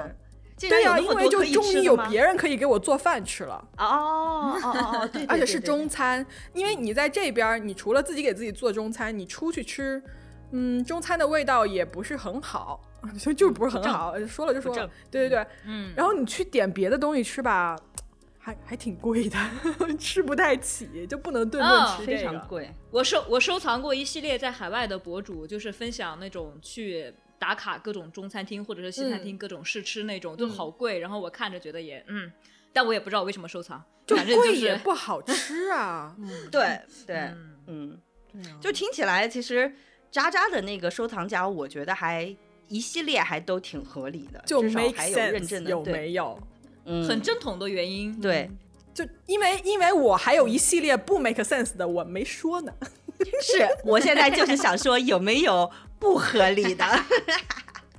[SPEAKER 2] 竟然
[SPEAKER 1] 对
[SPEAKER 2] 有
[SPEAKER 1] 呀、
[SPEAKER 2] 那
[SPEAKER 1] 因
[SPEAKER 2] 么
[SPEAKER 1] 为
[SPEAKER 2] 多
[SPEAKER 1] 就
[SPEAKER 2] 可以
[SPEAKER 1] 终
[SPEAKER 2] 吃
[SPEAKER 1] 于
[SPEAKER 2] 的
[SPEAKER 1] 有
[SPEAKER 2] 吗
[SPEAKER 1] 别人可以给我做饭吃了。
[SPEAKER 2] 哦哦哦哦，对，对
[SPEAKER 1] 而且
[SPEAKER 2] 对
[SPEAKER 1] 是
[SPEAKER 2] 对
[SPEAKER 1] 中餐，因为你在这边儿，你除了自己给自己做中餐，你出去吃，嗯，中餐的味道也不是很好， 就
[SPEAKER 2] 嗯
[SPEAKER 1] 就不是很好，说了就说了
[SPEAKER 2] 正，
[SPEAKER 1] 对对对。
[SPEAKER 3] 嗯，
[SPEAKER 1] 然后你去点别的东西吃吧，还还挺贵的， 吃不太起，就不能顿顿
[SPEAKER 3] 哦
[SPEAKER 1] 吃
[SPEAKER 2] 非
[SPEAKER 1] 这
[SPEAKER 2] 常
[SPEAKER 1] 个。
[SPEAKER 2] 贵。
[SPEAKER 3] 我收我收藏过一系列在海外的博主，就是分享那种去打卡各种中餐厅或者是西餐厅各种试吃那种，就好贵。然后我看着觉得也嗯，但我也不知道为什么收藏，
[SPEAKER 1] 就
[SPEAKER 3] 反正就
[SPEAKER 1] 贵也
[SPEAKER 3] 是
[SPEAKER 1] 不好吃啊，
[SPEAKER 2] 嗯对对，
[SPEAKER 3] 嗯
[SPEAKER 2] 嗯，
[SPEAKER 1] 对啊
[SPEAKER 2] 就听起来其实渣渣的那个收藏夹，我觉得还一系列还都挺合理的，
[SPEAKER 1] 就
[SPEAKER 2] 至少
[SPEAKER 1] make
[SPEAKER 2] 还有认
[SPEAKER 1] sense，
[SPEAKER 2] 真的，
[SPEAKER 1] 有
[SPEAKER 2] 对
[SPEAKER 1] 没有？
[SPEAKER 2] 嗯，
[SPEAKER 3] 很正统的原因。嗯
[SPEAKER 2] 对，
[SPEAKER 1] 就因为因为我还有一系列不 make sense 的，我没说呢。
[SPEAKER 2] 是我现在就是想说有没有不合理的？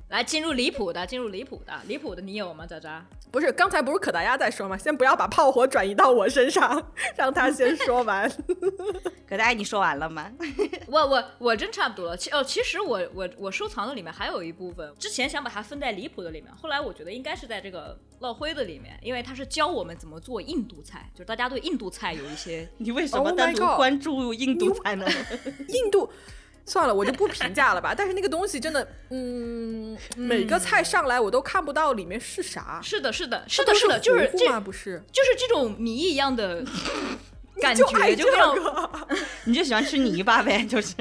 [SPEAKER 3] 来，进入离谱的，进入离谱的，离谱的你有吗？渣渣，
[SPEAKER 1] 不是，刚才不是可达鸭在说吗？先不要把炮火转移到我身上， 让他先说完。
[SPEAKER 2] 可大你说完了吗？
[SPEAKER 3] 我我我真差不多了。其哦，其实我我我收藏的里面还有一部分，之前想把它分在离谱的里面，后来我觉得应该是在这个烙灰的里面，因为它是教我们怎么做印度菜，就是大家对印度菜有一 些
[SPEAKER 2] 你为什
[SPEAKER 1] Oh
[SPEAKER 2] 么
[SPEAKER 1] my
[SPEAKER 2] 单独
[SPEAKER 1] God
[SPEAKER 2] 关注印度菜呢？
[SPEAKER 1] 印度，算了，我就不评价了吧。但是那个东西真的，嗯，每个菜上来我都看不到里面是啥。
[SPEAKER 3] 是的，是的，是
[SPEAKER 1] 它
[SPEAKER 3] 的，
[SPEAKER 1] 都
[SPEAKER 3] 是的，就
[SPEAKER 1] 糊
[SPEAKER 3] 是
[SPEAKER 1] 糊
[SPEAKER 3] 这，
[SPEAKER 1] 吗？不是，
[SPEAKER 3] 就是这种谜一 样的感觉，
[SPEAKER 1] 就爱
[SPEAKER 3] 就
[SPEAKER 1] 这
[SPEAKER 3] 非常
[SPEAKER 1] 个。
[SPEAKER 2] 你就喜欢吃泥巴呗， 就是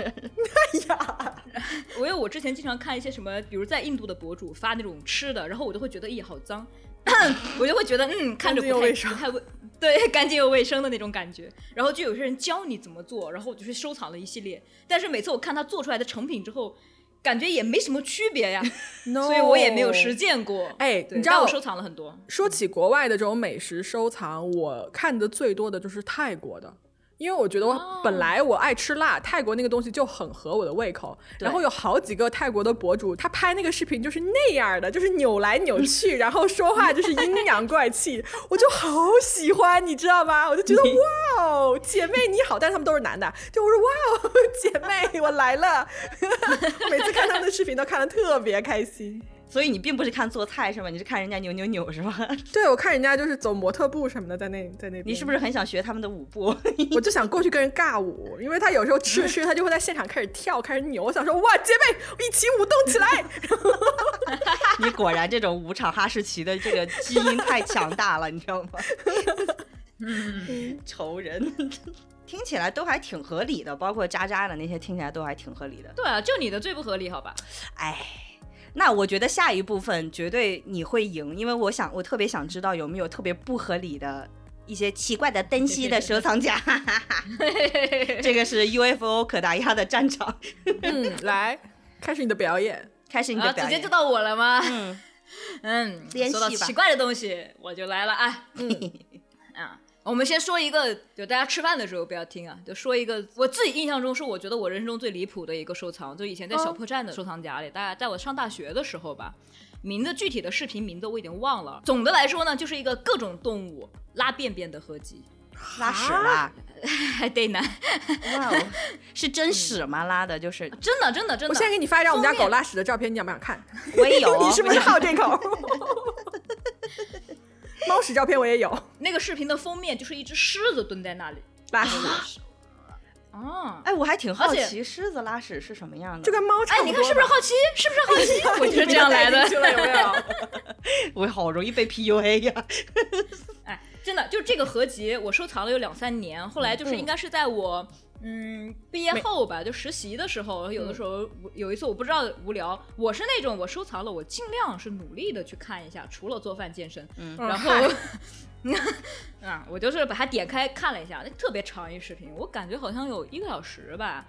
[SPEAKER 3] 我有我之前经常看一些什么，比如在印度的博主发那种吃的，然后我就会觉得，咦，好脏， 我就会觉得，嗯，看着
[SPEAKER 1] 干净
[SPEAKER 3] 不
[SPEAKER 1] 又
[SPEAKER 3] 太
[SPEAKER 1] 卫生
[SPEAKER 3] 不太卫，对， 干净又卫生的那种感觉。然后就有些人教你怎么做，然后我就去收藏了一系列。但是每次我看他做出来的成品之后，感觉也没什么区 别呀
[SPEAKER 1] No
[SPEAKER 3] 所以我也没有实践过。
[SPEAKER 1] 哦哎
[SPEAKER 3] 对
[SPEAKER 1] 你知道
[SPEAKER 3] 但我收藏了很多，
[SPEAKER 1] 说起国外的这种美食收藏，我看的最多的就是泰国的，因为我觉得
[SPEAKER 3] 哦
[SPEAKER 1] 我本来我爱吃辣，泰国那个东西就很合我的胃口。然后有好几个泰国的博主，他拍那个视频就是那样的，就是扭来扭去，然后说话就是阴阳怪气，我就好喜欢，你知道吗？我就觉得哇哦，姐妹你好，但是他们都是男的，就我说哇哦， 姐妹我来了， 每次看他们的视频都看的特别开心。
[SPEAKER 2] 所以你并不是看做菜是吧？你是看人家扭扭扭是吧？
[SPEAKER 1] 对，我看人家就是走模特步什么的，在那在那边。
[SPEAKER 2] 你是不是很想学他们的舞步？
[SPEAKER 1] 我就想过去跟人尬舞，因为他有时候吃着吃着，他就会在现场开始跳，开始扭。我想说，哇，姐妹，我一起舞动起来！
[SPEAKER 2] 你果然这种舞场哈士奇的这个基因太强大了，你知道吗？ 嗯，仇人。听起来都还挺合理的，包括渣渣的那些听起来都还挺合理的。
[SPEAKER 3] 对啊，就你的最不合理，好吧？
[SPEAKER 2] 哎，那我觉得下一部分绝对你会赢，因为我想，我特别想知道有没有特别不合理的一些奇怪的登西的收 藏家。这个是 UFO 可达鸭的战场，
[SPEAKER 1] 嗯，来，开始你的表演。
[SPEAKER 2] 开始你
[SPEAKER 3] 啊，
[SPEAKER 2] 的表
[SPEAKER 3] 直
[SPEAKER 2] 演。
[SPEAKER 3] 接就到我了吗？
[SPEAKER 2] 嗯，
[SPEAKER 3] 嗯，
[SPEAKER 2] 联
[SPEAKER 3] 说到
[SPEAKER 2] 系吧
[SPEAKER 3] 奇怪的东西，我就来 了啊。嗯啊，我们先说一个，就大家吃饭的时候不要听啊，就说一个我自己印象中是我觉得我人生中最离谱的一个收藏，就以前在小
[SPEAKER 1] 哦
[SPEAKER 3] 破站的收藏夹里，大概在我上大学的时候吧。名字具体的视频名字我已经忘了。总的来说呢，就是一个各种动物拉便便的合集，
[SPEAKER 2] 拉屎
[SPEAKER 1] 啊
[SPEAKER 2] 啦！
[SPEAKER 3] 还得难，
[SPEAKER 2] 哇哦，是真屎吗？拉的就是
[SPEAKER 1] 嗯
[SPEAKER 3] 真的真的真的。
[SPEAKER 1] 我现在给你发一张我们家
[SPEAKER 3] 封面
[SPEAKER 1] 狗拉屎的照片，你想不想看？
[SPEAKER 2] 我也有，
[SPEAKER 1] 你是不是好这 口？猫屎照片我也有，
[SPEAKER 3] 那个视频的封面就是一只狮子蹲在那里。
[SPEAKER 1] 拉屎
[SPEAKER 3] 哦，
[SPEAKER 2] 哎，我还挺好
[SPEAKER 3] 而
[SPEAKER 2] 奇狮子拉屎是什么样的。
[SPEAKER 1] 就跟猫差
[SPEAKER 3] 哎，
[SPEAKER 1] 不多吧。
[SPEAKER 3] 你看是不是好奇？是不是好奇？ 我就是这样来的。
[SPEAKER 1] 你被带进去了有没有？
[SPEAKER 2] 我好容易被 PUA 呀、
[SPEAKER 3] 哎，真的，就这个合集，我收藏了有两三年，后来就是应该是在我。嗯，毕业后吧，就实习的时候，有的时候、我有一次我不知道无聊，我是那种我收藏了，我尽量是努力的去看一下，除了做饭健身，然后 啊，我就是把它点开看了一下，那特别长一视频，我感觉好像有一个小时吧，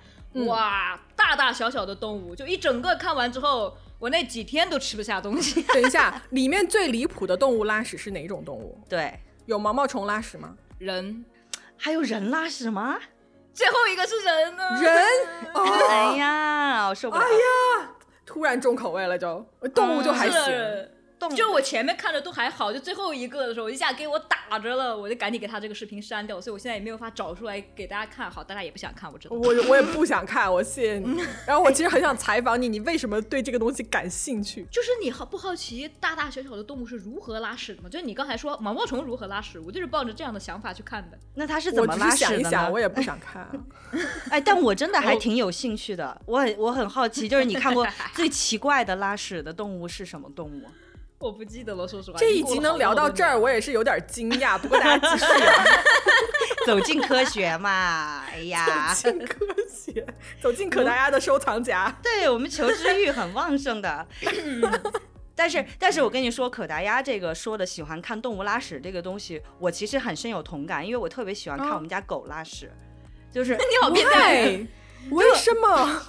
[SPEAKER 3] 哇，大大小小的动物，就一整个看完之后，我那几天都吃不下东西，
[SPEAKER 1] 等一下，里面最离谱的动物拉屎是哪种动物？
[SPEAKER 2] 对，
[SPEAKER 1] 有毛毛虫拉屎吗？
[SPEAKER 3] 人
[SPEAKER 2] 还有人拉屎吗？
[SPEAKER 3] 最后一个是人呢、
[SPEAKER 1] 人？哦，哎
[SPEAKER 2] 哎呀，我受不了！
[SPEAKER 1] 突然重口味了就，动物就还
[SPEAKER 3] 是
[SPEAKER 1] 行。
[SPEAKER 2] 动
[SPEAKER 3] 就是我前面看着都还好，就最后一个的时候，一下给我打着了，我就赶紧给他这个视频删掉，所以我现在也没有法找出来给大家看。好，大家也不想看，我知道。
[SPEAKER 1] 我我也不想看，我谢谢 你。然后我其实很想采访你，你为什么对这个东西感兴趣？
[SPEAKER 3] 就是你好不好奇大大小小的动物是如何拉屎的吗？就是你刚才说毛毛虫如何拉屎，我就是抱着这样的想法去看的。
[SPEAKER 2] 那他是怎
[SPEAKER 1] 我
[SPEAKER 2] 么
[SPEAKER 1] 只
[SPEAKER 2] 拉
[SPEAKER 1] 是
[SPEAKER 2] 屎
[SPEAKER 1] 想
[SPEAKER 2] 的
[SPEAKER 1] 一
[SPEAKER 2] 呢？
[SPEAKER 1] 想，我也不想 看啊。
[SPEAKER 2] 哎，但我真的
[SPEAKER 1] 哦
[SPEAKER 2] 还挺有兴趣的，我很我很好奇，就是你 看过最奇怪的拉屎的动物是什么动物？
[SPEAKER 3] 我不记得了，说实话。
[SPEAKER 1] 这
[SPEAKER 3] 已
[SPEAKER 1] 一
[SPEAKER 3] 经过
[SPEAKER 1] 集
[SPEAKER 3] 了
[SPEAKER 1] 能
[SPEAKER 3] 好
[SPEAKER 1] 聊
[SPEAKER 3] 多
[SPEAKER 1] 到
[SPEAKER 3] 年
[SPEAKER 1] 这儿，
[SPEAKER 3] 了
[SPEAKER 1] 我也是有点惊 讶。不过大家继续啊，
[SPEAKER 2] 走进科学嘛，哎呀，
[SPEAKER 1] 进科学，走进可达鸭的收藏夹。
[SPEAKER 2] 对我们求知欲很旺盛的。
[SPEAKER 1] 嗯
[SPEAKER 2] 但是，但是我跟你说，可达鸭这个说的喜欢看动物拉屎这个东西，我其实很深有同感，因为我特别喜欢看
[SPEAKER 1] 哦
[SPEAKER 2] 我们家狗拉屎，就是
[SPEAKER 3] 你好变态。
[SPEAKER 1] 对，为什么？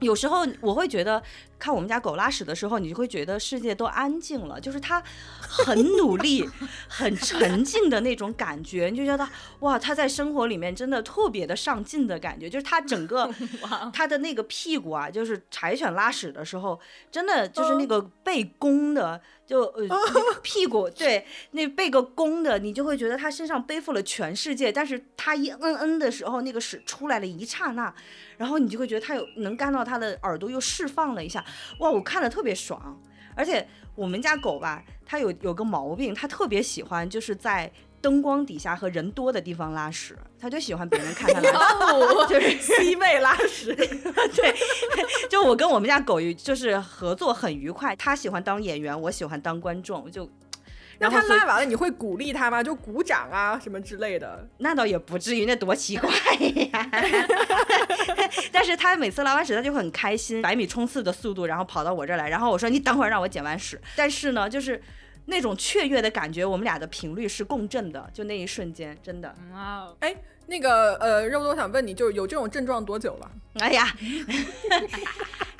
[SPEAKER 2] 有时候我会觉得看我们家狗拉屎的时候，你就会觉得世界都安静了，就是它很努力、 很沉静的那种感觉，你就觉得哇，它在生活里面真的特别的上进的感觉，就是它整个它的那个屁股啊，就是柴犬拉屎的时候，真的就是那个被弓的。就呃、屁股对那被个弓的，你就会觉得它身上背负了全世界，但是它一嗯嗯的时候，那个屎出来了一刹那，然后你就会觉得它有能干到它的耳朵又释放了一下，哇，我看的特别爽。而且我们家狗吧，它有有个毛病，它特别喜欢就是在灯光底下和人多的地方拉屎，它就喜欢别人看它拉屎。
[SPEAKER 3] 哦，
[SPEAKER 2] 就是
[SPEAKER 1] C 位拉屎，
[SPEAKER 2] 对，就我跟我们家狗就是合作很愉快，它喜欢当演员，我喜欢当观众，就
[SPEAKER 1] 那
[SPEAKER 2] 然后
[SPEAKER 1] 他
[SPEAKER 2] 所以
[SPEAKER 1] 拉完了，你会鼓励他吗？就鼓掌啊什么之类的。
[SPEAKER 2] 那倒也不至于，那多奇怪呀！ 但是它每次拉完屎，它就很开心，百米冲刺的速度，然后跑到我这儿来，然后我说你等会儿让我捡完屎，但是呢，就是。那种雀跃的感觉，我们俩的频率是共振的，就那一瞬间，真的。
[SPEAKER 3] 哇哦，
[SPEAKER 1] 哎，那个呃，肉多想问你，就是有这种症状多久了？
[SPEAKER 2] 哎呀，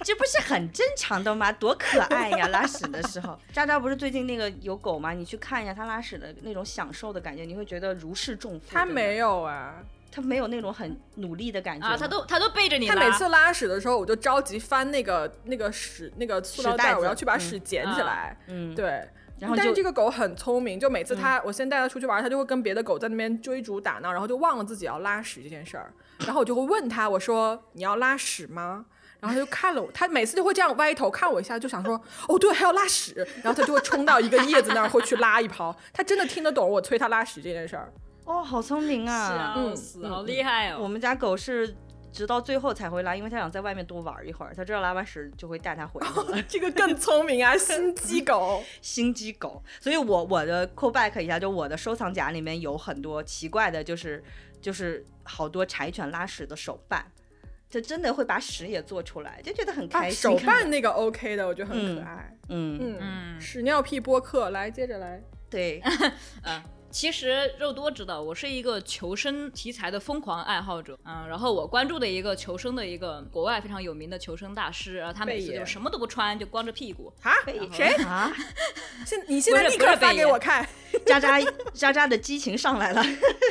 [SPEAKER 2] 这不是很正常的吗？多可爱呀！拉屎的时候，渣渣不是最近那个有狗吗？你去看一下它拉屎的那种享受的感觉，你会觉得如释重负。
[SPEAKER 1] 他
[SPEAKER 2] 真的
[SPEAKER 1] 没，有啊，
[SPEAKER 2] 它没有那种很努力的感觉
[SPEAKER 3] 啊，他
[SPEAKER 2] 吗
[SPEAKER 3] 都他都背着你
[SPEAKER 1] 他
[SPEAKER 3] 拉
[SPEAKER 1] 每次拉屎的时候，我就着急翻那个那个屎那个塑料
[SPEAKER 2] 屎袋
[SPEAKER 1] 袋，
[SPEAKER 2] 子
[SPEAKER 1] 我要去把
[SPEAKER 2] 嗯
[SPEAKER 1] 屎捡起
[SPEAKER 3] 啊
[SPEAKER 1] 来。
[SPEAKER 2] 嗯，
[SPEAKER 1] 对，
[SPEAKER 2] 然
[SPEAKER 1] 但
[SPEAKER 2] 后就是嗯
[SPEAKER 1] 这个狗很聪明，就每次它，我先带它出去玩，它就会跟别的狗在那边追逐打闹，然后就忘了自己要拉屎这件事儿。然后我就会问它，我说你要拉屎吗？然后它就看了我，它每次就会这样歪头看我一下，就想说哦对，还要拉屎。然后它就会冲到一个叶子那儿，会去拉一泡。它真的听得懂我催它拉屎这件事儿。
[SPEAKER 2] 哦，好聪明啊！
[SPEAKER 3] 笑
[SPEAKER 1] 嗯
[SPEAKER 3] 死，
[SPEAKER 1] 嗯
[SPEAKER 3] 好
[SPEAKER 1] 嗯
[SPEAKER 3] 厉害
[SPEAKER 2] 我
[SPEAKER 3] 哦！
[SPEAKER 2] 们家狗是直到最后才会拉，因为它想在外面多玩一会儿，它知道拉完屎就会带它回去 了。
[SPEAKER 1] 这个更聪明啊，心机狗。
[SPEAKER 2] 心机狗，所以我我的 call back 一下，就我的收藏夹里面有很多奇怪的，就是就是好多柴犬拉屎的手办，这真的会把屎也做出来，就觉得很
[SPEAKER 1] 啊，
[SPEAKER 2] 开心。
[SPEAKER 1] 手办，那个 OK 的，我觉得很可爱。
[SPEAKER 2] 嗯，
[SPEAKER 1] 嗯，
[SPEAKER 3] 嗯
[SPEAKER 1] 屎尿屁播客，来接着来。
[SPEAKER 2] 对，
[SPEAKER 3] 嗯，其实肉多知道，我是一个求生题材的疯狂爱好者，嗯，然后我关注的一个求生的一个国外非常有名的求生大师，然啊后他每次
[SPEAKER 1] 贝爷
[SPEAKER 3] 就什么都不穿，就光着屁股，
[SPEAKER 1] 啊？谁？
[SPEAKER 2] 啊？
[SPEAKER 1] 现你现在
[SPEAKER 3] 不是
[SPEAKER 1] 立
[SPEAKER 3] 不是
[SPEAKER 1] 刻发
[SPEAKER 3] 贝
[SPEAKER 1] 给
[SPEAKER 3] 爷
[SPEAKER 1] 我看。
[SPEAKER 2] 渣渣渣渣的激情上来了，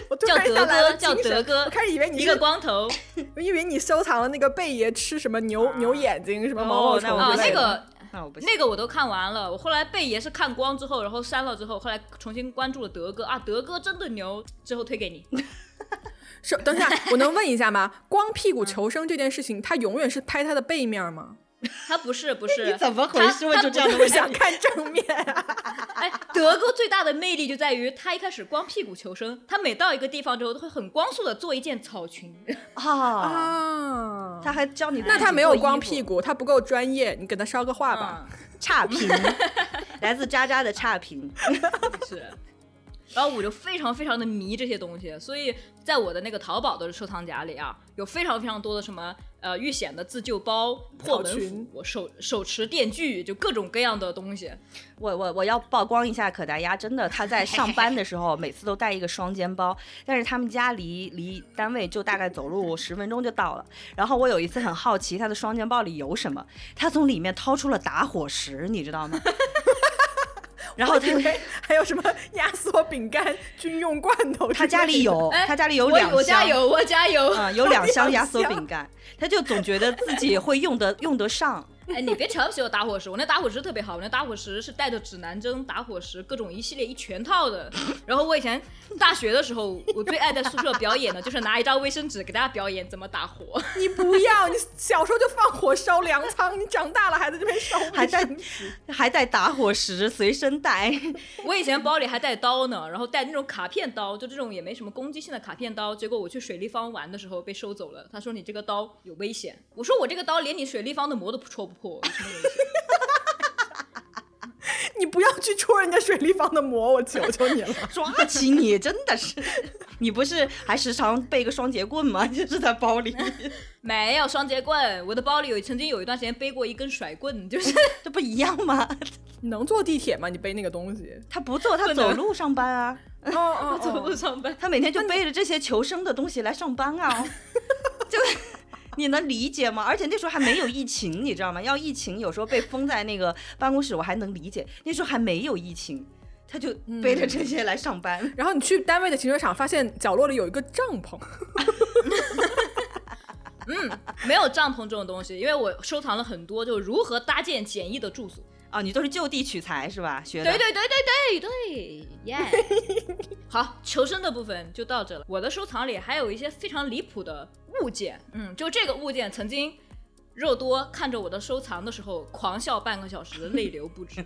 [SPEAKER 1] 我突
[SPEAKER 3] 叫
[SPEAKER 1] 然
[SPEAKER 3] 德
[SPEAKER 1] 想来
[SPEAKER 3] 哥，
[SPEAKER 1] 了
[SPEAKER 3] 叫
[SPEAKER 1] 精神
[SPEAKER 3] 德哥
[SPEAKER 1] 我，开始以为你
[SPEAKER 3] 一
[SPEAKER 1] 是
[SPEAKER 3] 个，光头
[SPEAKER 1] 我以为你收藏了那个贝爷吃什么牛、牛眼睛什么毛毛
[SPEAKER 2] 哦那
[SPEAKER 1] 虫
[SPEAKER 2] 我
[SPEAKER 3] 啊，
[SPEAKER 1] 之
[SPEAKER 2] 不
[SPEAKER 1] 类
[SPEAKER 3] 那
[SPEAKER 2] 信
[SPEAKER 1] 的
[SPEAKER 3] 个
[SPEAKER 2] 那我不行。
[SPEAKER 3] 那个我都看完了，我后来贝爷是看光之后，然后删了之后，后来重新关注了德哥啊，德哥真的牛，之后推 给你。
[SPEAKER 1] 是等一下，我能问一下吗？光屁股求生这件事情，它永远是拍它的背面吗？
[SPEAKER 3] 他不是不是，
[SPEAKER 2] 你怎么回事
[SPEAKER 3] 他
[SPEAKER 2] 问出这样的
[SPEAKER 3] 他不
[SPEAKER 1] 我
[SPEAKER 3] 是
[SPEAKER 1] 想看正面、
[SPEAKER 3] 哎，德哥最大的魅力就在于他一开始光屁股求生，他每到一个地方之后都会很光速的做一件草裙。
[SPEAKER 2] 啊，
[SPEAKER 1] 啊
[SPEAKER 2] 他还教你，
[SPEAKER 1] 那他没有光屁，股，他不够专业，你给他捎个话吧。
[SPEAKER 3] 嗯，
[SPEAKER 2] 差评，来自渣渣的差评。
[SPEAKER 3] 是。然后我就非常非常的迷这些东西，所以在我的那个淘宝的收藏夹里啊，有非常非常多的什么呃遇险的自救包、
[SPEAKER 1] 草
[SPEAKER 3] 破门
[SPEAKER 1] 裙
[SPEAKER 3] 斧、手手持电锯，就各种各样的东西。
[SPEAKER 2] 我我我要曝光一下可达鸭，真的，他在上班的时候每次都带一个双肩包，但是他们家离离单位就大概走路十分钟就到了。然后我有一次很好奇他的双肩包里有什么，他从里面掏出了打火石，你知道吗？ 然后他
[SPEAKER 1] 以为还有什么压缩饼干、军用罐头之类的？
[SPEAKER 2] 他家里有，
[SPEAKER 3] 哎
[SPEAKER 2] 他家里有
[SPEAKER 3] 我
[SPEAKER 2] 两箱，
[SPEAKER 3] 我家有，我家有。
[SPEAKER 2] 啊、有两箱压
[SPEAKER 1] 两
[SPEAKER 2] 缩
[SPEAKER 1] 箱
[SPEAKER 2] 饼干，他就总觉得自己会用得用得上。
[SPEAKER 3] 哎，你别瞧不起我打火石，我那打火石特别好，我那打火石是带着指南针、打火石各种一系列一全套的。然后我以前大学的时候，我最爱在宿舍表演的就是拿一张卫生纸给大家表演怎么打火。
[SPEAKER 1] 你不要，你小时候就放火烧粮仓，你长大了还在这边烧卫生纸，
[SPEAKER 2] 还带还带打火石随身带，
[SPEAKER 3] 我以前包里还带刀呢，然后带那种卡片刀，就这种也没什么攻击性的卡片刀。结果我去水立方玩的时候被收走了，他说你这个刀有危险。我说我这个刀连你水立方的膜都戳不破，有什么危险？
[SPEAKER 1] 你不要去戳人家水立方的膜，我求求你了。
[SPEAKER 2] 抓起你，真的是， 你不是还时常背个双节棍吗？ 就是在包里，
[SPEAKER 3] 没有双节棍，我的包里有曾经有一段时间背过一根甩棍，就是
[SPEAKER 2] 这不一样吗？
[SPEAKER 1] 你能坐地铁吗？你背那个东西？
[SPEAKER 2] 他不做，他走路上班啊，
[SPEAKER 1] 哦 哦
[SPEAKER 3] 走路上班。
[SPEAKER 2] 他每天就背着这些求生的东西来上班啊，就你能理解吗？而且那时候还没有疫情，你知道吗？要疫情，有时候被封在那个办公室，我还能理解。那时候还没有疫情，他就背着这些来上班。
[SPEAKER 1] 然后你去单位的停车场，发现角落里有一个帐篷，
[SPEAKER 3] 嗯，没有帐篷这种东西，因为我收藏了很多，就如何搭建简易的住所。
[SPEAKER 2] 啊，你都是就地取材是吧？学的。
[SPEAKER 3] 对对对对对对，耶、好，求生的部分就到这了。我的收藏里还有一些非常离谱的物件，嗯，就这个物件曾经肉多看着我的收藏的时候狂笑半个小时，泪流不止。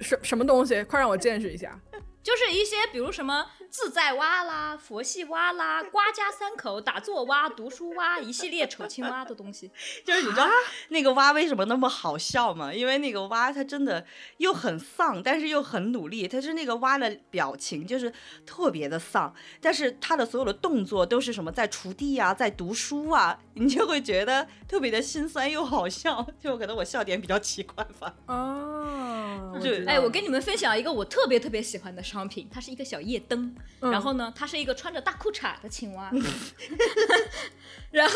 [SPEAKER 1] 什什么东西？快让我见识一下。
[SPEAKER 3] 就是一些比如什么自在蛙啦、佛系蛙啦、瓜家三口、打坐蛙、读书蛙一系列丑青蛙的东西。
[SPEAKER 2] 就是你知道那个蛙为什么那么好笑吗？因为那个蛙它真的又很丧，但是又很努力。它是那个蛙的表情就是特别的丧，但是它的所有的动作都是什么在锄地啊，在读书啊，你就会觉得特别的心酸又好笑。就可能我笑点比较奇怪吧。
[SPEAKER 1] 哦，
[SPEAKER 2] 就
[SPEAKER 1] 知道
[SPEAKER 3] 哎，我
[SPEAKER 1] 了
[SPEAKER 3] 跟你们分享一个我特别特别喜欢的商品，它是一个小夜灯，
[SPEAKER 1] 嗯
[SPEAKER 3] 然后呢，它是一个穿着大裤衩的青蛙， 然后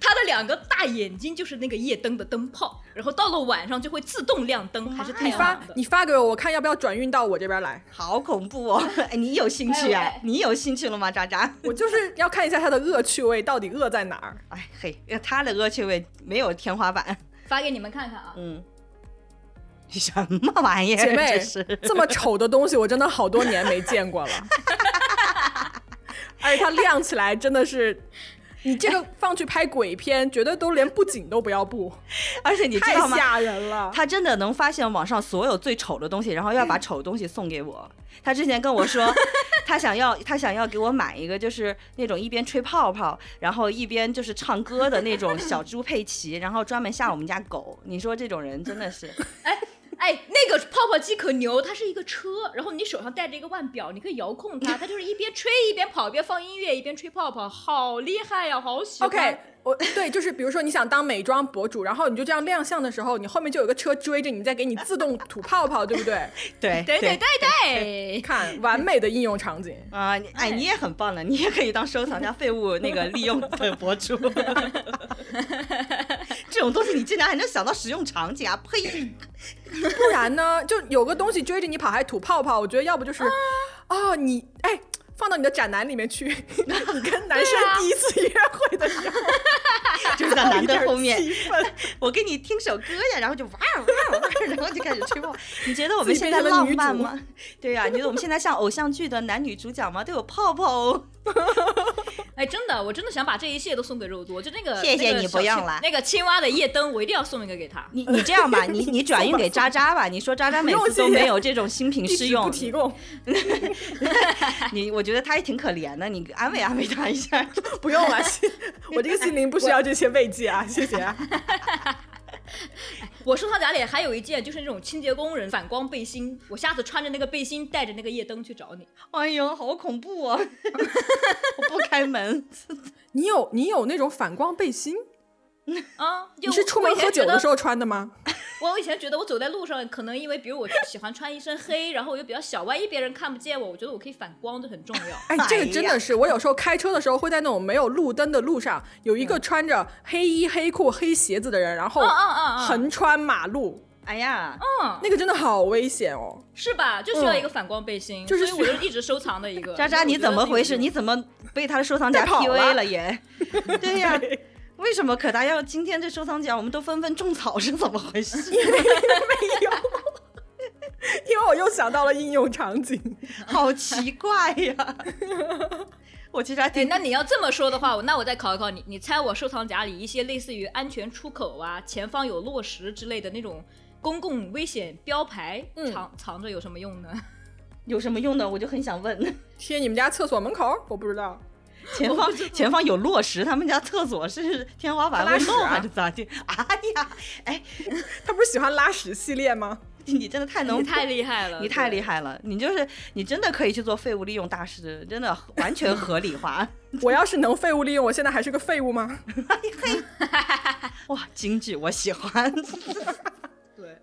[SPEAKER 3] 它的两个大眼睛就是那个夜灯的灯泡，然后到了晚上就会自动亮灯，还是太
[SPEAKER 1] 你
[SPEAKER 3] 阳
[SPEAKER 1] 发
[SPEAKER 3] 能的。
[SPEAKER 1] 你发给我，我看要不要转运到我这边来。
[SPEAKER 2] 好恐怖哦！ 哎，你有兴趣
[SPEAKER 3] 哎
[SPEAKER 2] 啊
[SPEAKER 3] 我？
[SPEAKER 2] 你有兴趣了吗，渣渣？
[SPEAKER 1] 我就是要看一下它的恶趣味到底恶在哪儿。
[SPEAKER 2] 哎嘿，他的恶趣味没有天花板。
[SPEAKER 3] 发给你们看看啊，
[SPEAKER 2] 嗯，什么玩意儿？
[SPEAKER 1] 姐妹
[SPEAKER 2] 这是，
[SPEAKER 1] 这么丑的东西，我真的好多年没见过了。 而且它亮起来真的是，你这
[SPEAKER 2] 哎
[SPEAKER 1] 个放去拍鬼片，绝对都连布景都不要布，
[SPEAKER 2] 而且你知
[SPEAKER 1] 太
[SPEAKER 2] 道吗？
[SPEAKER 1] 吓人了。
[SPEAKER 2] 他真的能发现网上所有最丑的东西，然后要把丑的东西送给我。他之前跟我说，他想要他想要给我买一个，就是那种一边吹泡泡，然后一边就是唱歌的那种小猪佩奇，然后专门吓我们家狗。 你说这种人真的是，
[SPEAKER 3] 哎，那个泡泡机可牛，它是一个车，然后你手上带着一个腕表，你可以遥控它，它就是一边吹一边跑，一边放音乐，一边吹泡泡，好厉害呀、好喜欢。
[SPEAKER 1] OK，我对，就是比如说你想当美妆博主，然后你就这样亮相的时候，你后面就有个车追着你，再给你自动吐泡泡，对不 对？
[SPEAKER 2] 对
[SPEAKER 3] 对对对对，
[SPEAKER 1] 看完美的应用场景。
[SPEAKER 2] 啊、你哎，
[SPEAKER 3] 哎
[SPEAKER 2] 你也很棒的，你也可以当收藏家废物那个利用的博主。这种东西你竟然还能想到使用场景啊！呸！
[SPEAKER 1] 不然呢，就有个东西追着你跑，还吐泡泡。我觉得要不
[SPEAKER 3] 啊
[SPEAKER 1] 就是，哦，你哎，放到你的展男里面 去，你跟男生
[SPEAKER 3] 对啊
[SPEAKER 1] 第一次约会的 时候，
[SPEAKER 2] 就是在男的后面
[SPEAKER 1] 有一点气氛
[SPEAKER 2] 我给你听首歌呀， 然后就哇儿哇儿哇哦 儿，然后就开始吹泡。你觉得我们
[SPEAKER 1] 自己
[SPEAKER 2] 现
[SPEAKER 1] 变
[SPEAKER 2] 在
[SPEAKER 1] 成了
[SPEAKER 2] 浪
[SPEAKER 1] 女
[SPEAKER 2] 漫
[SPEAKER 1] 主
[SPEAKER 2] 吗？对呀、你觉得我们现在像偶像剧的男女主角吗？都有泡泡哦。
[SPEAKER 3] 哎，真的，我真的想把这一切都送给肉多，就那个
[SPEAKER 2] 谢谢
[SPEAKER 3] 那个
[SPEAKER 2] 你
[SPEAKER 3] 小
[SPEAKER 2] 不用
[SPEAKER 3] 青
[SPEAKER 2] 了
[SPEAKER 3] 那个青蛙的夜灯，我一定要送一个给他。
[SPEAKER 2] 你你这样吧，你你转运给渣渣 吧。你说渣渣每
[SPEAKER 1] 用
[SPEAKER 2] 次都
[SPEAKER 1] 谢谢
[SPEAKER 2] 没有这种新品
[SPEAKER 1] 一
[SPEAKER 2] 试
[SPEAKER 1] 直不
[SPEAKER 2] 用，
[SPEAKER 1] 提供，
[SPEAKER 2] 你我觉得他也挺可怜的，你安慰安慰他一下。
[SPEAKER 1] 不用 了，心我这个心灵不需要这些慰藉啊，谢谢啊。
[SPEAKER 3] 我收藏夹里还有一件，就是那种清洁工人反光背心，我下次穿着那个背心，带着那个夜灯去找你。
[SPEAKER 2] 哎呦，好恐怖哦！我不开门。
[SPEAKER 1] 你有你有那种反光背心，
[SPEAKER 3] 啊，就
[SPEAKER 1] 你是出门喝酒的时
[SPEAKER 3] 候，
[SPEAKER 1] 候穿的吗？
[SPEAKER 3] 我以前觉得我走在路上，可能因为比如我喜欢穿一身黑，然后我又比较小，万一别人看不见我，我觉得我可以反光，这很重要。
[SPEAKER 1] 哎，这个真
[SPEAKER 2] 哎呀
[SPEAKER 1] 的是，我有时候开车的时候会在那种没有路灯的路上，有一个穿着黑衣、黑裤、黑鞋子的人，然后
[SPEAKER 3] 嗯嗯嗯嗯，
[SPEAKER 1] 横穿马路，
[SPEAKER 2] 哎呀，
[SPEAKER 3] 嗯，
[SPEAKER 1] 那个真的好危险哦。
[SPEAKER 3] 是吧？就需
[SPEAKER 2] 嗯
[SPEAKER 3] 要一个反光背心，
[SPEAKER 1] 就是
[SPEAKER 3] 所以我就一直收藏的一个。
[SPEAKER 2] 渣渣，
[SPEAKER 3] 因为
[SPEAKER 2] 你
[SPEAKER 3] 我觉得
[SPEAKER 2] 怎么
[SPEAKER 3] 那个
[SPEAKER 2] 回
[SPEAKER 3] 就
[SPEAKER 2] 事？你怎么被他的收藏夹
[SPEAKER 1] 带跑
[SPEAKER 2] PUA
[SPEAKER 1] 了
[SPEAKER 2] 了也？ 对 呀、为什么可达要今天这收藏夹，我们都纷纷种草是怎么回 事？
[SPEAKER 1] 没有，因为我又想到了应用场景。
[SPEAKER 2] 好奇怪呀、 我其实还
[SPEAKER 3] 哎
[SPEAKER 2] 挺，
[SPEAKER 3] 那你要这么说的话，我那我再考一考你，你猜我收藏夹里一些类似于安全出口啊、前方有落石之类的那种公共危险标牌，
[SPEAKER 1] 嗯
[SPEAKER 3] 藏藏着有什么用呢？
[SPEAKER 2] 有什么用呢？我就很想问，
[SPEAKER 1] 贴你们家厕所门口？我不知道。
[SPEAKER 2] 前方前方有落石，他们家厕所是天花板
[SPEAKER 1] 拉
[SPEAKER 2] 会
[SPEAKER 1] 屎
[SPEAKER 2] 漏
[SPEAKER 1] 啊
[SPEAKER 2] 还是咋地？哎呀，哎，
[SPEAKER 1] 他不是喜欢拉屎系列吗？
[SPEAKER 2] 你真的太能
[SPEAKER 3] 你太厉害了，
[SPEAKER 2] 你太厉
[SPEAKER 3] 害。
[SPEAKER 2] 害了，你就是你真的可以去做废物利用大师，真的完全合理化。
[SPEAKER 1] 我要是能废物利用，我现在还是 个废物吗？
[SPEAKER 2] 哇，精致，我喜欢。
[SPEAKER 1] 对，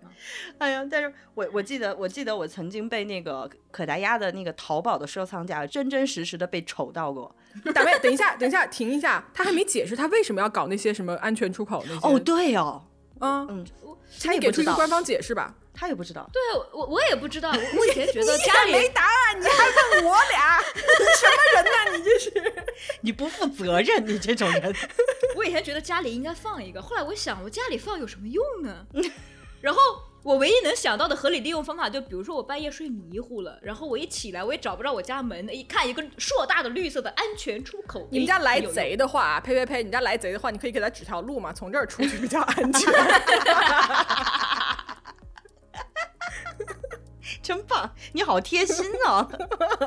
[SPEAKER 2] 哎呀，但是我我记得我记得我曾经被那个可达鸭的那个淘宝的收藏夹真真实实的被丑到过。
[SPEAKER 1] 大卫，等一下，等一下，停一下，他还没解释他为什么要搞那些什么安全出口那些。
[SPEAKER 2] 哦，，对哦，
[SPEAKER 1] 嗯，
[SPEAKER 2] 嗯，
[SPEAKER 1] 请
[SPEAKER 2] 他
[SPEAKER 1] 你
[SPEAKER 2] 也
[SPEAKER 1] 给
[SPEAKER 2] 不
[SPEAKER 1] 出
[SPEAKER 2] 知
[SPEAKER 1] 一个
[SPEAKER 2] 道，
[SPEAKER 1] 官方解释吧。
[SPEAKER 2] 他也不知道。
[SPEAKER 3] 对我我也 不知道，我我以前觉得家里
[SPEAKER 1] 答案，你还问我俩什么人呢？你这是
[SPEAKER 2] 你不负责任，你这种人。
[SPEAKER 3] 我以前觉得家里应该放一个，后来我想，我家里放有什么用呢？
[SPEAKER 1] 嗯
[SPEAKER 3] 然后我唯一能想到的合理利用方法，就比如说我半夜睡迷糊了，然后我一起来，我也找不着我家门，一看一个硕大的绿色的安全出口，
[SPEAKER 1] 你们家
[SPEAKER 3] 哎
[SPEAKER 1] 来，
[SPEAKER 3] 有用
[SPEAKER 1] 贼的话，呸呸呸！你们家来贼的话，你可以给他指条路嘛，从这儿出去比较安全。
[SPEAKER 2] 真棒，你好贴心哦！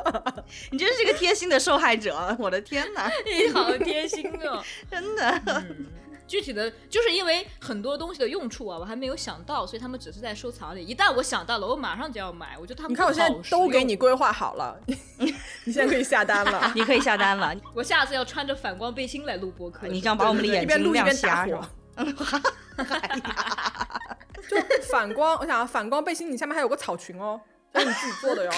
[SPEAKER 2] 你真是个贴心的受害者，我的天哪，
[SPEAKER 3] 你好贴心哦。
[SPEAKER 2] 真的。
[SPEAKER 1] 嗯
[SPEAKER 3] 具体的就是因为很多东西的用处啊，我还没有想到，所以他们只是在收藏里。一旦我想到了，我马上就要买。我觉得 他们
[SPEAKER 1] 你看我现
[SPEAKER 3] 好
[SPEAKER 1] 在
[SPEAKER 3] 实
[SPEAKER 1] 都给
[SPEAKER 3] 用
[SPEAKER 1] 你，规划好 了，你现在可以下单了。
[SPEAKER 2] 你可以下单了，
[SPEAKER 3] 我下次要穿着反光背心来录播客。
[SPEAKER 2] 你这样把我们的
[SPEAKER 1] 对对对
[SPEAKER 2] 眼
[SPEAKER 1] 一边
[SPEAKER 2] 睛
[SPEAKER 1] 录一
[SPEAKER 2] 亮
[SPEAKER 1] 边打
[SPEAKER 2] 瞎
[SPEAKER 1] 火
[SPEAKER 2] 是吧？。 哎
[SPEAKER 1] 就反光，我想啊反光背心，你下面还有个草裙哦，这是你自己做的哟。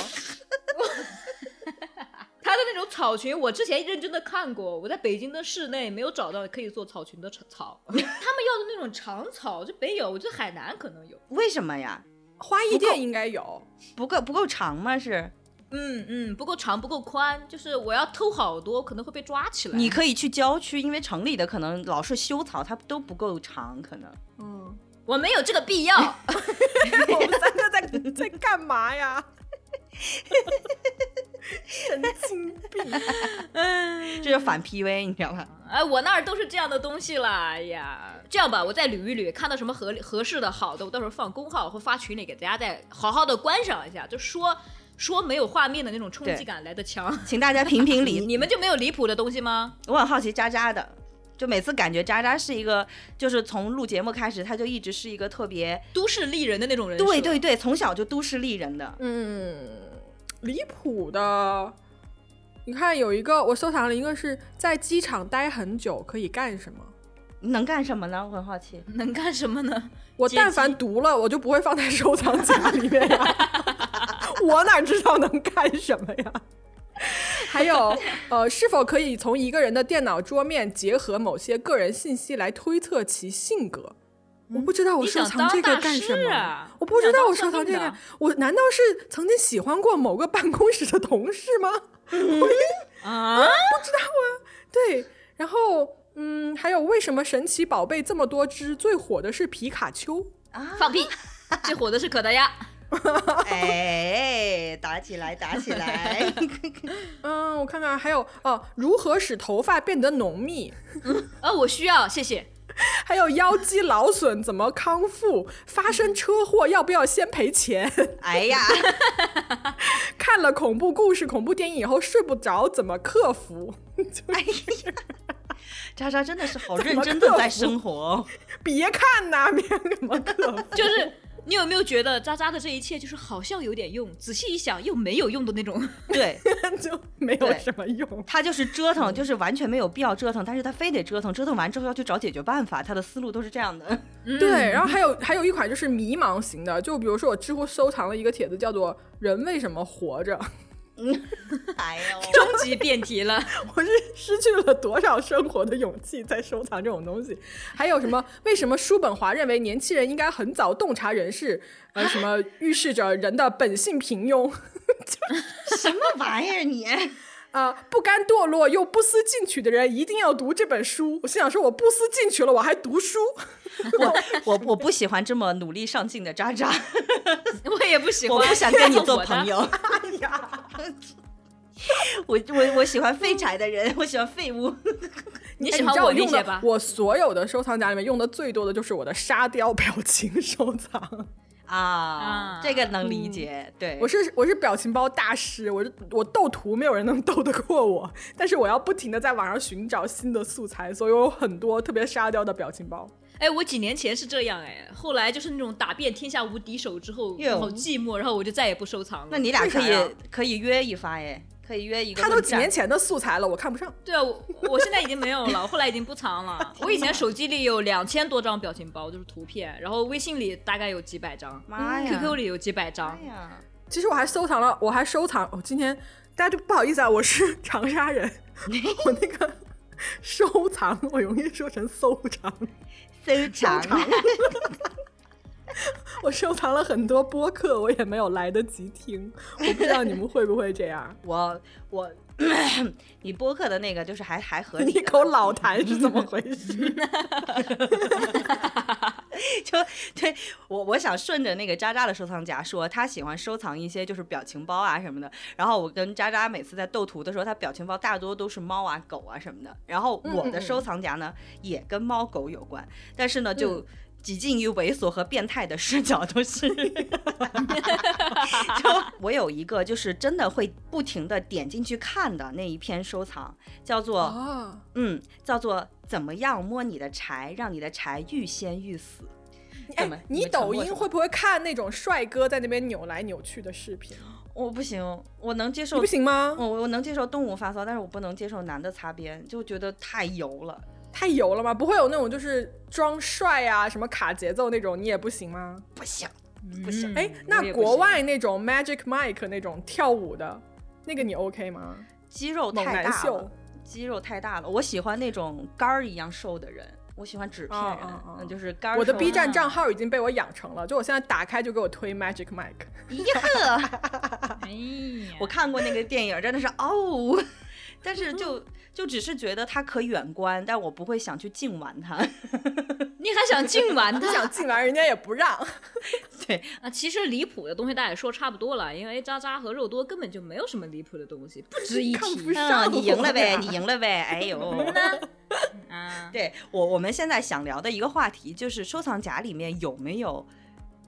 [SPEAKER 3] 它的那种草裙，我之前认真的看过，我在北京的室内没有找到可以做草裙的草。 他们要的那种长草就没有，我觉得海南可能有。
[SPEAKER 2] 为什么呀？
[SPEAKER 1] 花艺店应该有，
[SPEAKER 2] 不够不够长吗？是？
[SPEAKER 3] 嗯嗯，不够长，不够宽，就是我要偷好多，可能会被抓起来。
[SPEAKER 2] 你可以去郊区，因为城里的可能老是修草，它都不够长，可能。
[SPEAKER 1] 嗯，
[SPEAKER 3] 我没有这个必要。
[SPEAKER 1] 我们三个在 在干嘛呀？ 神经病！
[SPEAKER 2] 这就反 PV，你知道吗？
[SPEAKER 3] 哎，我那儿都是这样的东西啦，哎呀，这样吧，我再捋一捋，看到什么合理合适的、好的，我到时候放公号或发群里给大家再好好的观赏一下，就说说没有画面的那种冲击
[SPEAKER 2] 对
[SPEAKER 3] 感来的强。
[SPEAKER 2] 请大家评评
[SPEAKER 3] 你
[SPEAKER 2] 理。
[SPEAKER 3] 你们就没有离谱的东西吗？
[SPEAKER 2] 我很好奇渣渣的，就每次感觉渣渣是一个，就是从录节目开始，他就一直是一个特别，
[SPEAKER 3] 都市丽人的那种人设，
[SPEAKER 2] 对对对，从小就都市丽人的。
[SPEAKER 1] 嗯，离谱的。你看，有一个我收藏了一个是在机场待很久可以干什么。
[SPEAKER 2] 能干什么呢？我很好奇。
[SPEAKER 3] 能干什么呢？
[SPEAKER 1] 我
[SPEAKER 3] 接
[SPEAKER 1] 但凡读了，我就不会放在收藏夹里面呀、我哪知道能干什么呀？还有，呃，是否可以从一个人的电脑桌面结合某些个人信息来推测其性格？我不知 道我
[SPEAKER 3] 嗯你
[SPEAKER 1] 收
[SPEAKER 3] 想
[SPEAKER 1] 藏
[SPEAKER 3] 当
[SPEAKER 1] 这个
[SPEAKER 3] 大
[SPEAKER 1] 干什
[SPEAKER 3] 师
[SPEAKER 1] 么。
[SPEAKER 3] 啊？
[SPEAKER 1] 我不知道我收
[SPEAKER 3] 想当
[SPEAKER 1] 藏这
[SPEAKER 3] 算
[SPEAKER 1] 个
[SPEAKER 3] 命，
[SPEAKER 1] 我难道是曾经喜欢过某个办公室的同事吗？
[SPEAKER 3] 的啊，
[SPEAKER 1] 对，然后嗯，还有为什么神奇宝贝这么多只，最火的是皮卡丘？
[SPEAKER 3] 放屁！最火的是可达鸭，
[SPEAKER 2] 哎，打起来，打起来！
[SPEAKER 1] 嗯，我看看还有哦，如何使头发变得浓密？
[SPEAKER 3] 呃，我需要，谢谢。
[SPEAKER 1] 还有腰肌劳损怎么康复？发生车祸要不要先赔钱？
[SPEAKER 2] 哎呀，
[SPEAKER 1] 看了恐怖故事、恐怖电影以后睡不着怎么克服？
[SPEAKER 2] 渣渣真的是好认真的在生活哦。
[SPEAKER 1] 别看呐、 别怎么克服？
[SPEAKER 3] 就是你有没有觉得渣渣的这一切就是好像有点用，仔细一想又没有用的那种？
[SPEAKER 2] 对
[SPEAKER 1] 就没有
[SPEAKER 2] 对
[SPEAKER 1] 什么用。
[SPEAKER 2] 他就是折腾，就是完全没有必要折腾，但是他非得折腾，折腾完之后要去找解决办法，他的思路都是这样的。
[SPEAKER 1] 对，然后还有还有一款就是迷茫型的，就比如说我知乎收藏了一个帖子，叫做《人为什么活着》，
[SPEAKER 2] 哎 呦，
[SPEAKER 3] 终极辩题了，
[SPEAKER 1] 我是失去了多少生活的勇气在收藏这种东西？还有什么？为什么叔本华认为年轻人应该很早洞察人世？呃，什么预示着人的本性平庸？
[SPEAKER 2] 什么玩意儿你？
[SPEAKER 1] 啊、不甘堕落又不思进取的人一定要读这本书。我心想说，我不思进取了，我还读书？
[SPEAKER 2] 我我我不喜欢这么努力上进的渣 渣，
[SPEAKER 3] 我也不喜欢，
[SPEAKER 2] 我不想跟你做朋
[SPEAKER 3] 我的。
[SPEAKER 2] 友。
[SPEAKER 1] 哎呀，
[SPEAKER 2] 我我我喜欢废柴的人，我喜欢废物。
[SPEAKER 3] 你
[SPEAKER 1] 哎
[SPEAKER 3] 喜
[SPEAKER 1] 你
[SPEAKER 3] 欢
[SPEAKER 1] 知道
[SPEAKER 3] 我
[SPEAKER 1] 我
[SPEAKER 3] 那
[SPEAKER 1] 用
[SPEAKER 3] 些
[SPEAKER 1] 的
[SPEAKER 3] 吧？
[SPEAKER 1] 我所有的收藏夹里面用的最多的就是我的沙雕表情收藏。
[SPEAKER 2] 啊嗯
[SPEAKER 3] 啊，
[SPEAKER 2] 这个能理解。对，
[SPEAKER 1] 我是我是表情包大师，我是我斗图没有人能斗得过我，但是我要不停的在网上寻找新的素材，所以我有很多特别沙雕的表情包。
[SPEAKER 3] 哎，我几年前是这样哎，后来就是那种打遍天下无敌手之后，
[SPEAKER 2] 哟
[SPEAKER 3] 好寂寞，然后我就再也不收藏了。
[SPEAKER 2] 那你俩可
[SPEAKER 1] 为啥呀
[SPEAKER 2] 以可以约一发哎，
[SPEAKER 3] 可以约一个
[SPEAKER 1] 他
[SPEAKER 3] 论
[SPEAKER 1] 都
[SPEAKER 3] 战。
[SPEAKER 1] 几年前的素材了，我看不上。
[SPEAKER 3] 对啊，我我现在已经没有了，后来已经不藏了。我以前手机里有两千多张表情包，就是图片，然后微信里大概有几百张
[SPEAKER 2] 妈呀
[SPEAKER 3] ，QQ 里有几百张
[SPEAKER 2] 哎。呀，
[SPEAKER 1] 其实我还收藏了，我还收藏。我、今天大家就不好意思啊，我是 长沙人，我那个收藏我容易说成收藏。
[SPEAKER 2] 收藏，
[SPEAKER 1] 我收藏了很多播客，我也没有来得及听。我不知道你们会不会这样。
[SPEAKER 2] 我我，你播客的那个就是还还合理
[SPEAKER 1] 你
[SPEAKER 2] 的，
[SPEAKER 1] 口老痰是怎么回事？
[SPEAKER 2] 就对我，我想顺着那个渣渣的收藏夹说，他喜欢收藏一些就是表情包啊什么的。然后我跟渣渣每次在斗图的时候，他表情包大多都是猫啊、狗啊什么的。然后
[SPEAKER 1] 嗯
[SPEAKER 2] 我的收藏夹呢，也跟猫狗有关，但是呢，
[SPEAKER 1] 嗯
[SPEAKER 2] 就几近于猥琐和变态的视角都是。 就我有一个就是真的会不停的点进去看的那一篇收藏，叫做、
[SPEAKER 1] 啊，
[SPEAKER 2] 嗯，叫做怎么样摸你的柴，让你的柴欲仙欲死。怎么
[SPEAKER 1] 哎，你
[SPEAKER 2] 们沉
[SPEAKER 1] 抖
[SPEAKER 2] 默什
[SPEAKER 1] 音
[SPEAKER 2] 么
[SPEAKER 1] 会不会看那种帅哥在那边扭来扭去的视频？啊
[SPEAKER 2] 我不行，啊我能接
[SPEAKER 1] 你
[SPEAKER 2] 受嗯
[SPEAKER 1] 不，行吗？
[SPEAKER 2] 我我能接受动物发骚，但是我不能接受男的擦边，就觉得太油了。
[SPEAKER 1] 太油了吗？不会有那种就是装帅啊，什么卡节奏那种，你也不行吗？
[SPEAKER 2] 不行，
[SPEAKER 3] 嗯不
[SPEAKER 2] 行
[SPEAKER 1] 哎、那国外那种 Magic Mike 那种跳舞的，那个你 OK 吗？
[SPEAKER 2] 肌肉
[SPEAKER 1] 猛
[SPEAKER 2] 哦太
[SPEAKER 1] 男
[SPEAKER 2] 大
[SPEAKER 1] 秀
[SPEAKER 2] 了，肌肉太大了。我喜欢那种杆儿一样瘦的人，我喜欢纸片
[SPEAKER 1] 哦
[SPEAKER 2] 人，
[SPEAKER 1] 哦哦
[SPEAKER 2] 嗯，就是杆儿瘦。
[SPEAKER 1] 我的 B 站
[SPEAKER 3] 啊
[SPEAKER 1] 账号已经被我养成了，就我现在打开就给我推 Magic Mike。
[SPEAKER 3] 哎呀，
[SPEAKER 2] 我看过那个电影，真的是哦， 但是就就只是觉得它可远观，但我不会想去近玩它。
[SPEAKER 3] 你还想进玩
[SPEAKER 1] 你
[SPEAKER 3] 的？
[SPEAKER 1] 想进来，人家也不让。
[SPEAKER 2] 对，
[SPEAKER 3] 啊，其实离谱的东西大家也说差不多了，因为渣渣和肉多根本就没有什么离谱的东西，不值一
[SPEAKER 1] 看不
[SPEAKER 3] 提。
[SPEAKER 1] 上
[SPEAKER 2] 嗯，你赢了呗，
[SPEAKER 1] 我呀
[SPEAKER 2] 你赢了呗，哎呦。
[SPEAKER 3] 啊，
[SPEAKER 2] 对我，我们现在想聊的一个话题就是收藏夹里面有没有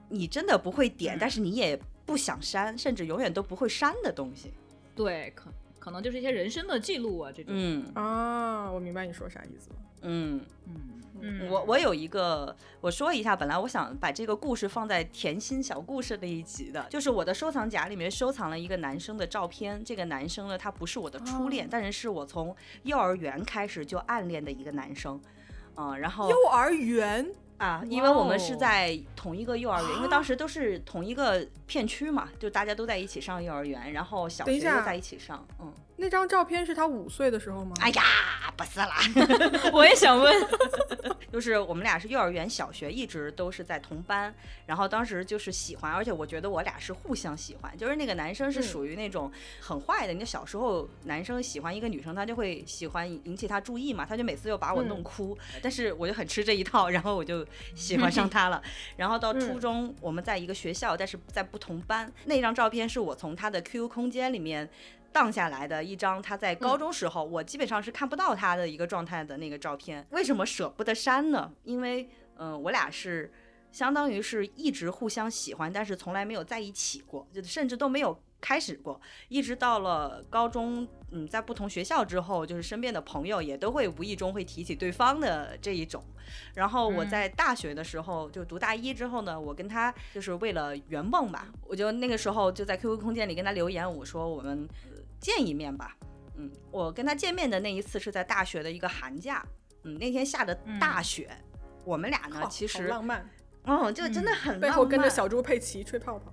[SPEAKER 2] 你真的不会点，但是你也不想删，甚至永远都不会删的东西。
[SPEAKER 3] 对，可可能就是一些人生的记录啊，这种。
[SPEAKER 2] 嗯
[SPEAKER 1] 啊，我明白你说啥意思了。
[SPEAKER 2] 嗯，
[SPEAKER 3] 嗯嗯
[SPEAKER 2] 我 我有一个，我说一下，本来我想把这个故事放在甜心小故事那一集的，就是我的收藏夹里面收藏了一个男生的照片，这个男生呢，他不是我的初恋，
[SPEAKER 1] 哦
[SPEAKER 2] 但是是我从幼儿园开始就暗恋的一个男生。嗯，然后
[SPEAKER 1] 幼儿园
[SPEAKER 2] 啊，因为我们是
[SPEAKER 3] 哇哦
[SPEAKER 2] 在同一个幼儿园，因为
[SPEAKER 1] 啊
[SPEAKER 2] 当时都是同一个片区嘛，就大家都在一起上幼儿园，然后小
[SPEAKER 1] 等
[SPEAKER 2] 学
[SPEAKER 1] 一
[SPEAKER 2] 又
[SPEAKER 1] 下
[SPEAKER 2] 在一起上，嗯，
[SPEAKER 1] 那张照片是他五岁的时候吗？
[SPEAKER 2] 哎呀，不是啦，
[SPEAKER 3] 我也想问，
[SPEAKER 2] 就是我们俩是幼儿园、小学一直都是在同班，然后当时就是喜欢，而且我觉得我俩是互相喜欢，就是那个男生是
[SPEAKER 1] 嗯
[SPEAKER 2] 属于那种很坏的，你小时候男生喜欢一个女生，他就会喜欢引起她注意嘛，他就每次就把我弄
[SPEAKER 1] 嗯
[SPEAKER 2] 哭，但是我就很吃这一套，然后我就喜欢上 他了。然后到初
[SPEAKER 1] 嗯
[SPEAKER 2] 中，我们在一个学校，但是在不同班，那张照片是我从他的 QQ 空间里面。荡下来的一张他在
[SPEAKER 1] 嗯
[SPEAKER 2] 高中时候，我基本上是看不到他的一个状态的那个照片。为什么舍不得删呢？因为，嗯、我俩是相当于是一直互相喜欢，但是从来没有在一起过，就甚至都没有开始过。一直到了高中，嗯，在不同学校之后，就是身边的朋友也都会无意中会提起对方的这一种。然后我
[SPEAKER 3] 嗯
[SPEAKER 2] 在大学的时候，就读大一之后呢，我跟他就是为了圆梦吧，我就那个时候就在 QQ 空间里跟他留言，我说我们呃见一面吧。嗯，我跟他见面的那一次是在大学的一个寒假，嗯，那天下的大雪，我们俩呢
[SPEAKER 1] 好
[SPEAKER 2] 其
[SPEAKER 1] 好
[SPEAKER 2] 实，
[SPEAKER 1] 浪漫，
[SPEAKER 2] 嗯，就真的很
[SPEAKER 1] 背
[SPEAKER 2] 浪
[SPEAKER 1] 后跟着
[SPEAKER 2] 漫
[SPEAKER 1] 小猪佩奇吹泡泡。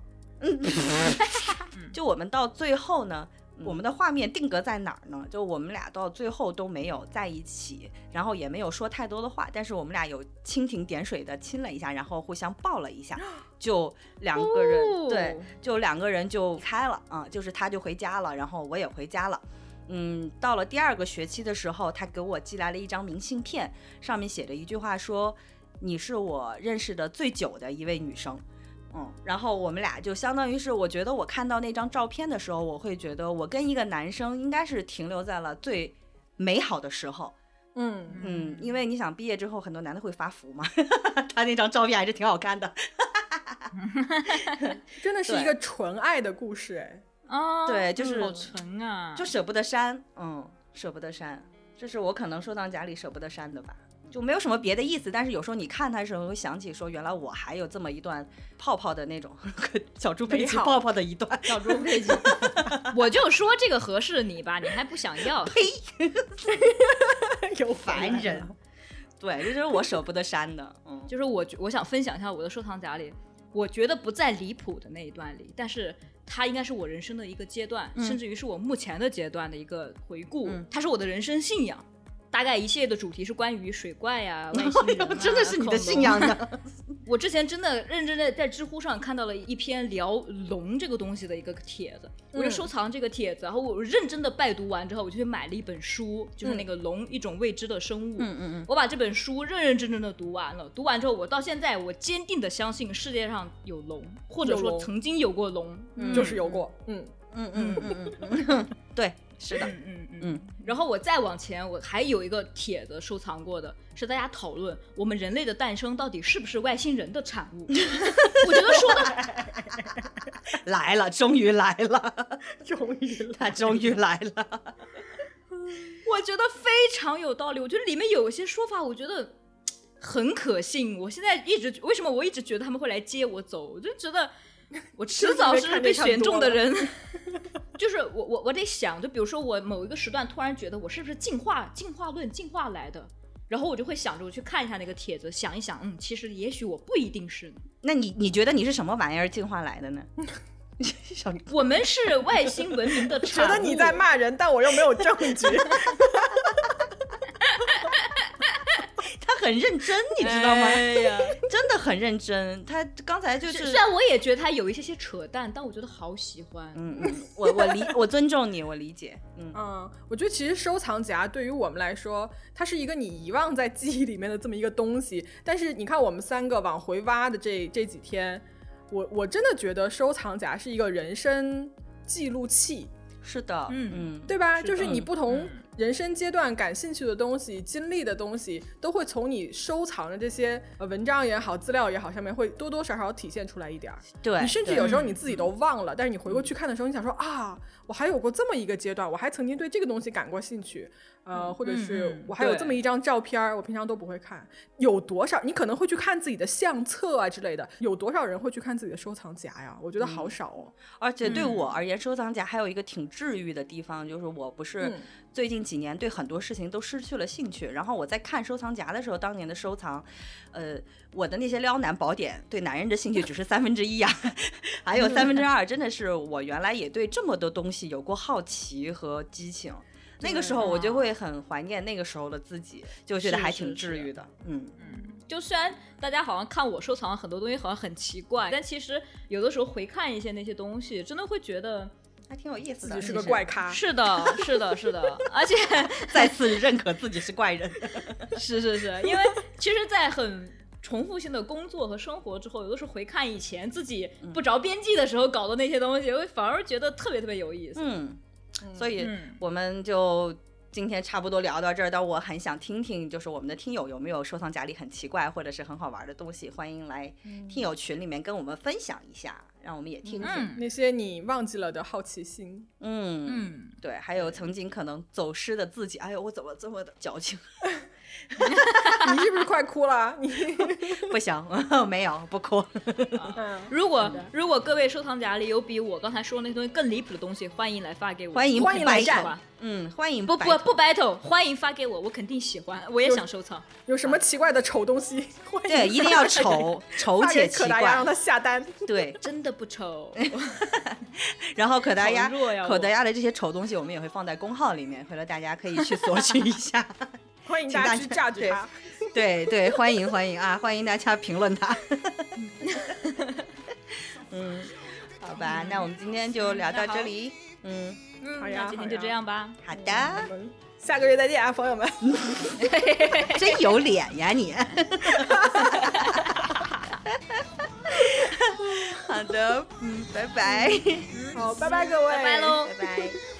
[SPEAKER 2] 就我们到最后呢，
[SPEAKER 1] 嗯
[SPEAKER 2] 我们的画面定格在哪儿呢？就我们俩到最后都没有在一起，然后也没有说太多的话，但是我们俩有蜻蜓点水的亲了一下，然后互相抱了一
[SPEAKER 1] 啊
[SPEAKER 2] 下，就两
[SPEAKER 1] 哦
[SPEAKER 2] 个人、 对，就两个人就开了啊，就是他就回家了，然后我也回家了。嗯，到了第二个学期的时候，他给我寄来了一张明信片，上面写着一句话说：“你是我认识的最久的一位女生。”嗯，然后我们俩就相当于是，我觉得我看到那张照片的时候，我会觉得我跟一个男生应该是停留在了最美好的时候。
[SPEAKER 1] 嗯，
[SPEAKER 2] 嗯，因为你想毕业之后很多男的会发福嘛， 他那张照片还是挺好看的。
[SPEAKER 1] 真的是一个纯爱的故事哎。
[SPEAKER 3] 啊，
[SPEAKER 2] 对就是
[SPEAKER 3] 好纯啊，
[SPEAKER 2] 就舍不得删，嗯，舍不得删，这是我可能收藏夹里舍不得删的吧。就没有什么别的意思。但是有时候你看它的时候，会想起说，原来我还有这么一段泡泡的那种 小猪佩奇
[SPEAKER 1] 美好
[SPEAKER 2] 泡泡的一段。
[SPEAKER 3] 小猪佩奇， 我就说这个合适你吧，你还不想 要？
[SPEAKER 1] 有
[SPEAKER 2] 烦人。对，这就是我舍不得删的。 嗯，
[SPEAKER 3] 就是我觉我想分享一下我的收藏夹里，我觉得不在离谱的那一段里，但是它应该是我人生的一个阶段，甚至于是我目前的阶段的一个回顾，
[SPEAKER 2] 嗯
[SPEAKER 3] 它是我的人生信仰。大概一系列的主题是关于水 怪呀、外星人、啊
[SPEAKER 2] 哎真的是你的信仰。
[SPEAKER 3] 恐龙啊
[SPEAKER 2] 呢？
[SPEAKER 3] 我之前真的认真的在知乎上看到了一篇聊龙这个东西的一个帖子，我就收藏这个帖子，然后我认真的拜读完之后，我就去买了一本书，就是那个龙一种未知的生物。
[SPEAKER 2] 嗯嗯
[SPEAKER 3] 我把这本书认认真真的读完了，读完之后，我到现在我坚定的相信世界上有龙，或者
[SPEAKER 1] 有
[SPEAKER 3] 说
[SPEAKER 1] 龙
[SPEAKER 3] 曾经有过龙。
[SPEAKER 2] 嗯，
[SPEAKER 1] 就是有过，嗯，
[SPEAKER 2] 嗯嗯嗯嗯嗯，对，是 的，
[SPEAKER 3] 嗯嗯嗯。
[SPEAKER 2] 嗯
[SPEAKER 3] 然后我再往前，我还有一个帖子收藏过的，是大家讨论我们人类的诞生到底是不是外星人的产物。我觉得说的
[SPEAKER 2] 来了，终于来了，
[SPEAKER 1] 终于了，
[SPEAKER 2] 他 终于来了。
[SPEAKER 3] 我觉得非常有道理。我觉得里面有一些说法，我觉得嘖很可信。我现在一直为什么我一直觉得他们会来接我走，我就觉得我迟早是被选中的人。 就是我我我得想，就比如说我某一个时段突然觉得我是不是进化进化论进化来的，然后我就会想着我去看一下那个帖子，想一想，嗯，其实也许我不一定是呢。
[SPEAKER 2] 那你你觉得你是什么玩意儿进化来的呢？小
[SPEAKER 3] 我们是外星文明的
[SPEAKER 1] 觉
[SPEAKER 3] 产物。
[SPEAKER 1] 得你在骂人，但我又没有证据。
[SPEAKER 2] 他很认真，你知道吗？
[SPEAKER 3] 哎呀，
[SPEAKER 2] 真的很认真。他刚才就是，
[SPEAKER 3] 虽然我也觉得他有一些些扯淡，但我觉得好喜欢。
[SPEAKER 2] 嗯嗯，我我理我尊重你，我理解。嗯，
[SPEAKER 1] 嗯，我觉得其实收藏夹对于我们来说，它是一个你遗忘在记忆里面的这么一个东西。但是你看，我们三个往回挖的这这几天，我我真的觉得收藏夹是一个人生记录器，
[SPEAKER 2] 是的，
[SPEAKER 3] 嗯
[SPEAKER 2] 嗯，
[SPEAKER 1] 对吧？
[SPEAKER 3] 是的
[SPEAKER 1] 就是你不同
[SPEAKER 3] 嗯
[SPEAKER 1] 人生阶段感兴趣的东西、经历的东西，都会从你收藏的这些呃文章也好、资料也好上面，会多多少少体现出来一点儿。
[SPEAKER 2] 对，
[SPEAKER 1] 你甚至
[SPEAKER 2] 对
[SPEAKER 1] 有时候
[SPEAKER 3] 嗯
[SPEAKER 1] 你自己都忘了，但是你回过去看的时候，你想说啊，我还有过这么一个阶段，我还曾经对这个东西感过兴趣，呃，或者是
[SPEAKER 3] 嗯
[SPEAKER 1] 我还有
[SPEAKER 3] 对
[SPEAKER 1] 这么一张照片儿，我平常都不会看。有多少你可能会去看自己的相册啊之类的，有多少人会去看自己的收藏夹呀？我觉得好少哦。
[SPEAKER 2] 而且对
[SPEAKER 3] 嗯
[SPEAKER 2] 我而言，收藏夹还有一个挺治愈的地方，就是我不是
[SPEAKER 1] 嗯
[SPEAKER 2] 最近几年对很多事情都失去了兴趣，然后我在看收藏夹的时候，当年的收藏，呃，我的那些撩男宝典对男人的兴趣只是三分之一啊， 还有三分之二，真的是我原来也对这么多东西有过好奇和激情。那个时候我就会很怀念那个时候的自己，就觉得
[SPEAKER 3] 是
[SPEAKER 2] 还
[SPEAKER 3] 是
[SPEAKER 2] 挺
[SPEAKER 3] 是
[SPEAKER 2] 治愈的。嗯，
[SPEAKER 3] 就虽然大家好像看我收藏很多东西好像很奇怪，但其实有的时候回看一些那些东西，真的会觉得
[SPEAKER 2] 还挺有意思
[SPEAKER 1] 自
[SPEAKER 2] 的。
[SPEAKER 1] 己是
[SPEAKER 2] 其
[SPEAKER 1] 个
[SPEAKER 2] 实
[SPEAKER 1] 怪，咖，
[SPEAKER 3] 嗯是的，是的，是的，而且
[SPEAKER 2] 再次认可自己是怪人。
[SPEAKER 3] 是是是，因为其实，在很重复性的工作和生活之后，有的时候回看以前自己
[SPEAKER 2] 嗯
[SPEAKER 3] 不着边际的时候搞的那些东西，会反而觉得特别特别有意思。
[SPEAKER 2] 嗯，所以
[SPEAKER 3] 嗯
[SPEAKER 2] 我们就今天差不多聊到这儿。但我很想听听，就是我们的听友有没有收藏夹里很奇怪或者是很好玩的东西，欢迎来
[SPEAKER 1] 嗯
[SPEAKER 2] 听友群里面跟我们分享一下，让我们也听听。嗯
[SPEAKER 3] 嗯
[SPEAKER 1] 那些你忘记了的好奇心。
[SPEAKER 3] 嗯，
[SPEAKER 2] 对，还有曾经可能走失的自己，哎呦，我怎么这么的矫情？
[SPEAKER 1] 你是不是快哭了啊？ 你
[SPEAKER 2] 不行， 没有，不哭。
[SPEAKER 1] 嗯
[SPEAKER 3] 如果如果各位收藏夹里有比我刚才说的那些东西更离谱的东西，欢迎来发给我，
[SPEAKER 2] 欢迎
[SPEAKER 1] 欢迎来
[SPEAKER 2] 白
[SPEAKER 1] 战
[SPEAKER 2] 头 嗯，欢迎
[SPEAKER 3] 不
[SPEAKER 2] 白
[SPEAKER 3] 不
[SPEAKER 2] 头
[SPEAKER 3] 不 battle，欢迎发给我，我肯定喜欢，我也想收藏。
[SPEAKER 1] 有什么奇怪的丑东西？ 欢迎
[SPEAKER 2] 对，一定要 丑丑
[SPEAKER 1] 发
[SPEAKER 2] 且
[SPEAKER 1] 给
[SPEAKER 2] 奇
[SPEAKER 1] 可达鸭，让
[SPEAKER 2] 怪，
[SPEAKER 1] 他下单。
[SPEAKER 2] 对。
[SPEAKER 3] 真的不 丑，
[SPEAKER 2] 然后可达鸭
[SPEAKER 3] 好弱呀，我
[SPEAKER 2] 可达鸭的这些丑东西，我们也会放在公号里面，回头大家可以去索取一下。
[SPEAKER 1] 欢迎大家去
[SPEAKER 2] 请大
[SPEAKER 1] 榨
[SPEAKER 2] 家
[SPEAKER 1] 取它。
[SPEAKER 2] 对对，欢迎欢迎啊，欢迎大家评论他。 嗯，好吧，那我们今天就聊到这里。嗯，
[SPEAKER 3] 嗯，
[SPEAKER 1] 好呀
[SPEAKER 3] 那今天就这样吧，
[SPEAKER 2] 好
[SPEAKER 1] 我
[SPEAKER 2] 的，
[SPEAKER 1] 们下个月再见啊，朋友们。
[SPEAKER 2] 真有脸呀 你。好的，嗯，拜拜，
[SPEAKER 1] 好，拜拜各位，
[SPEAKER 3] 嗯拜拜喽。
[SPEAKER 2] 嗯拜拜。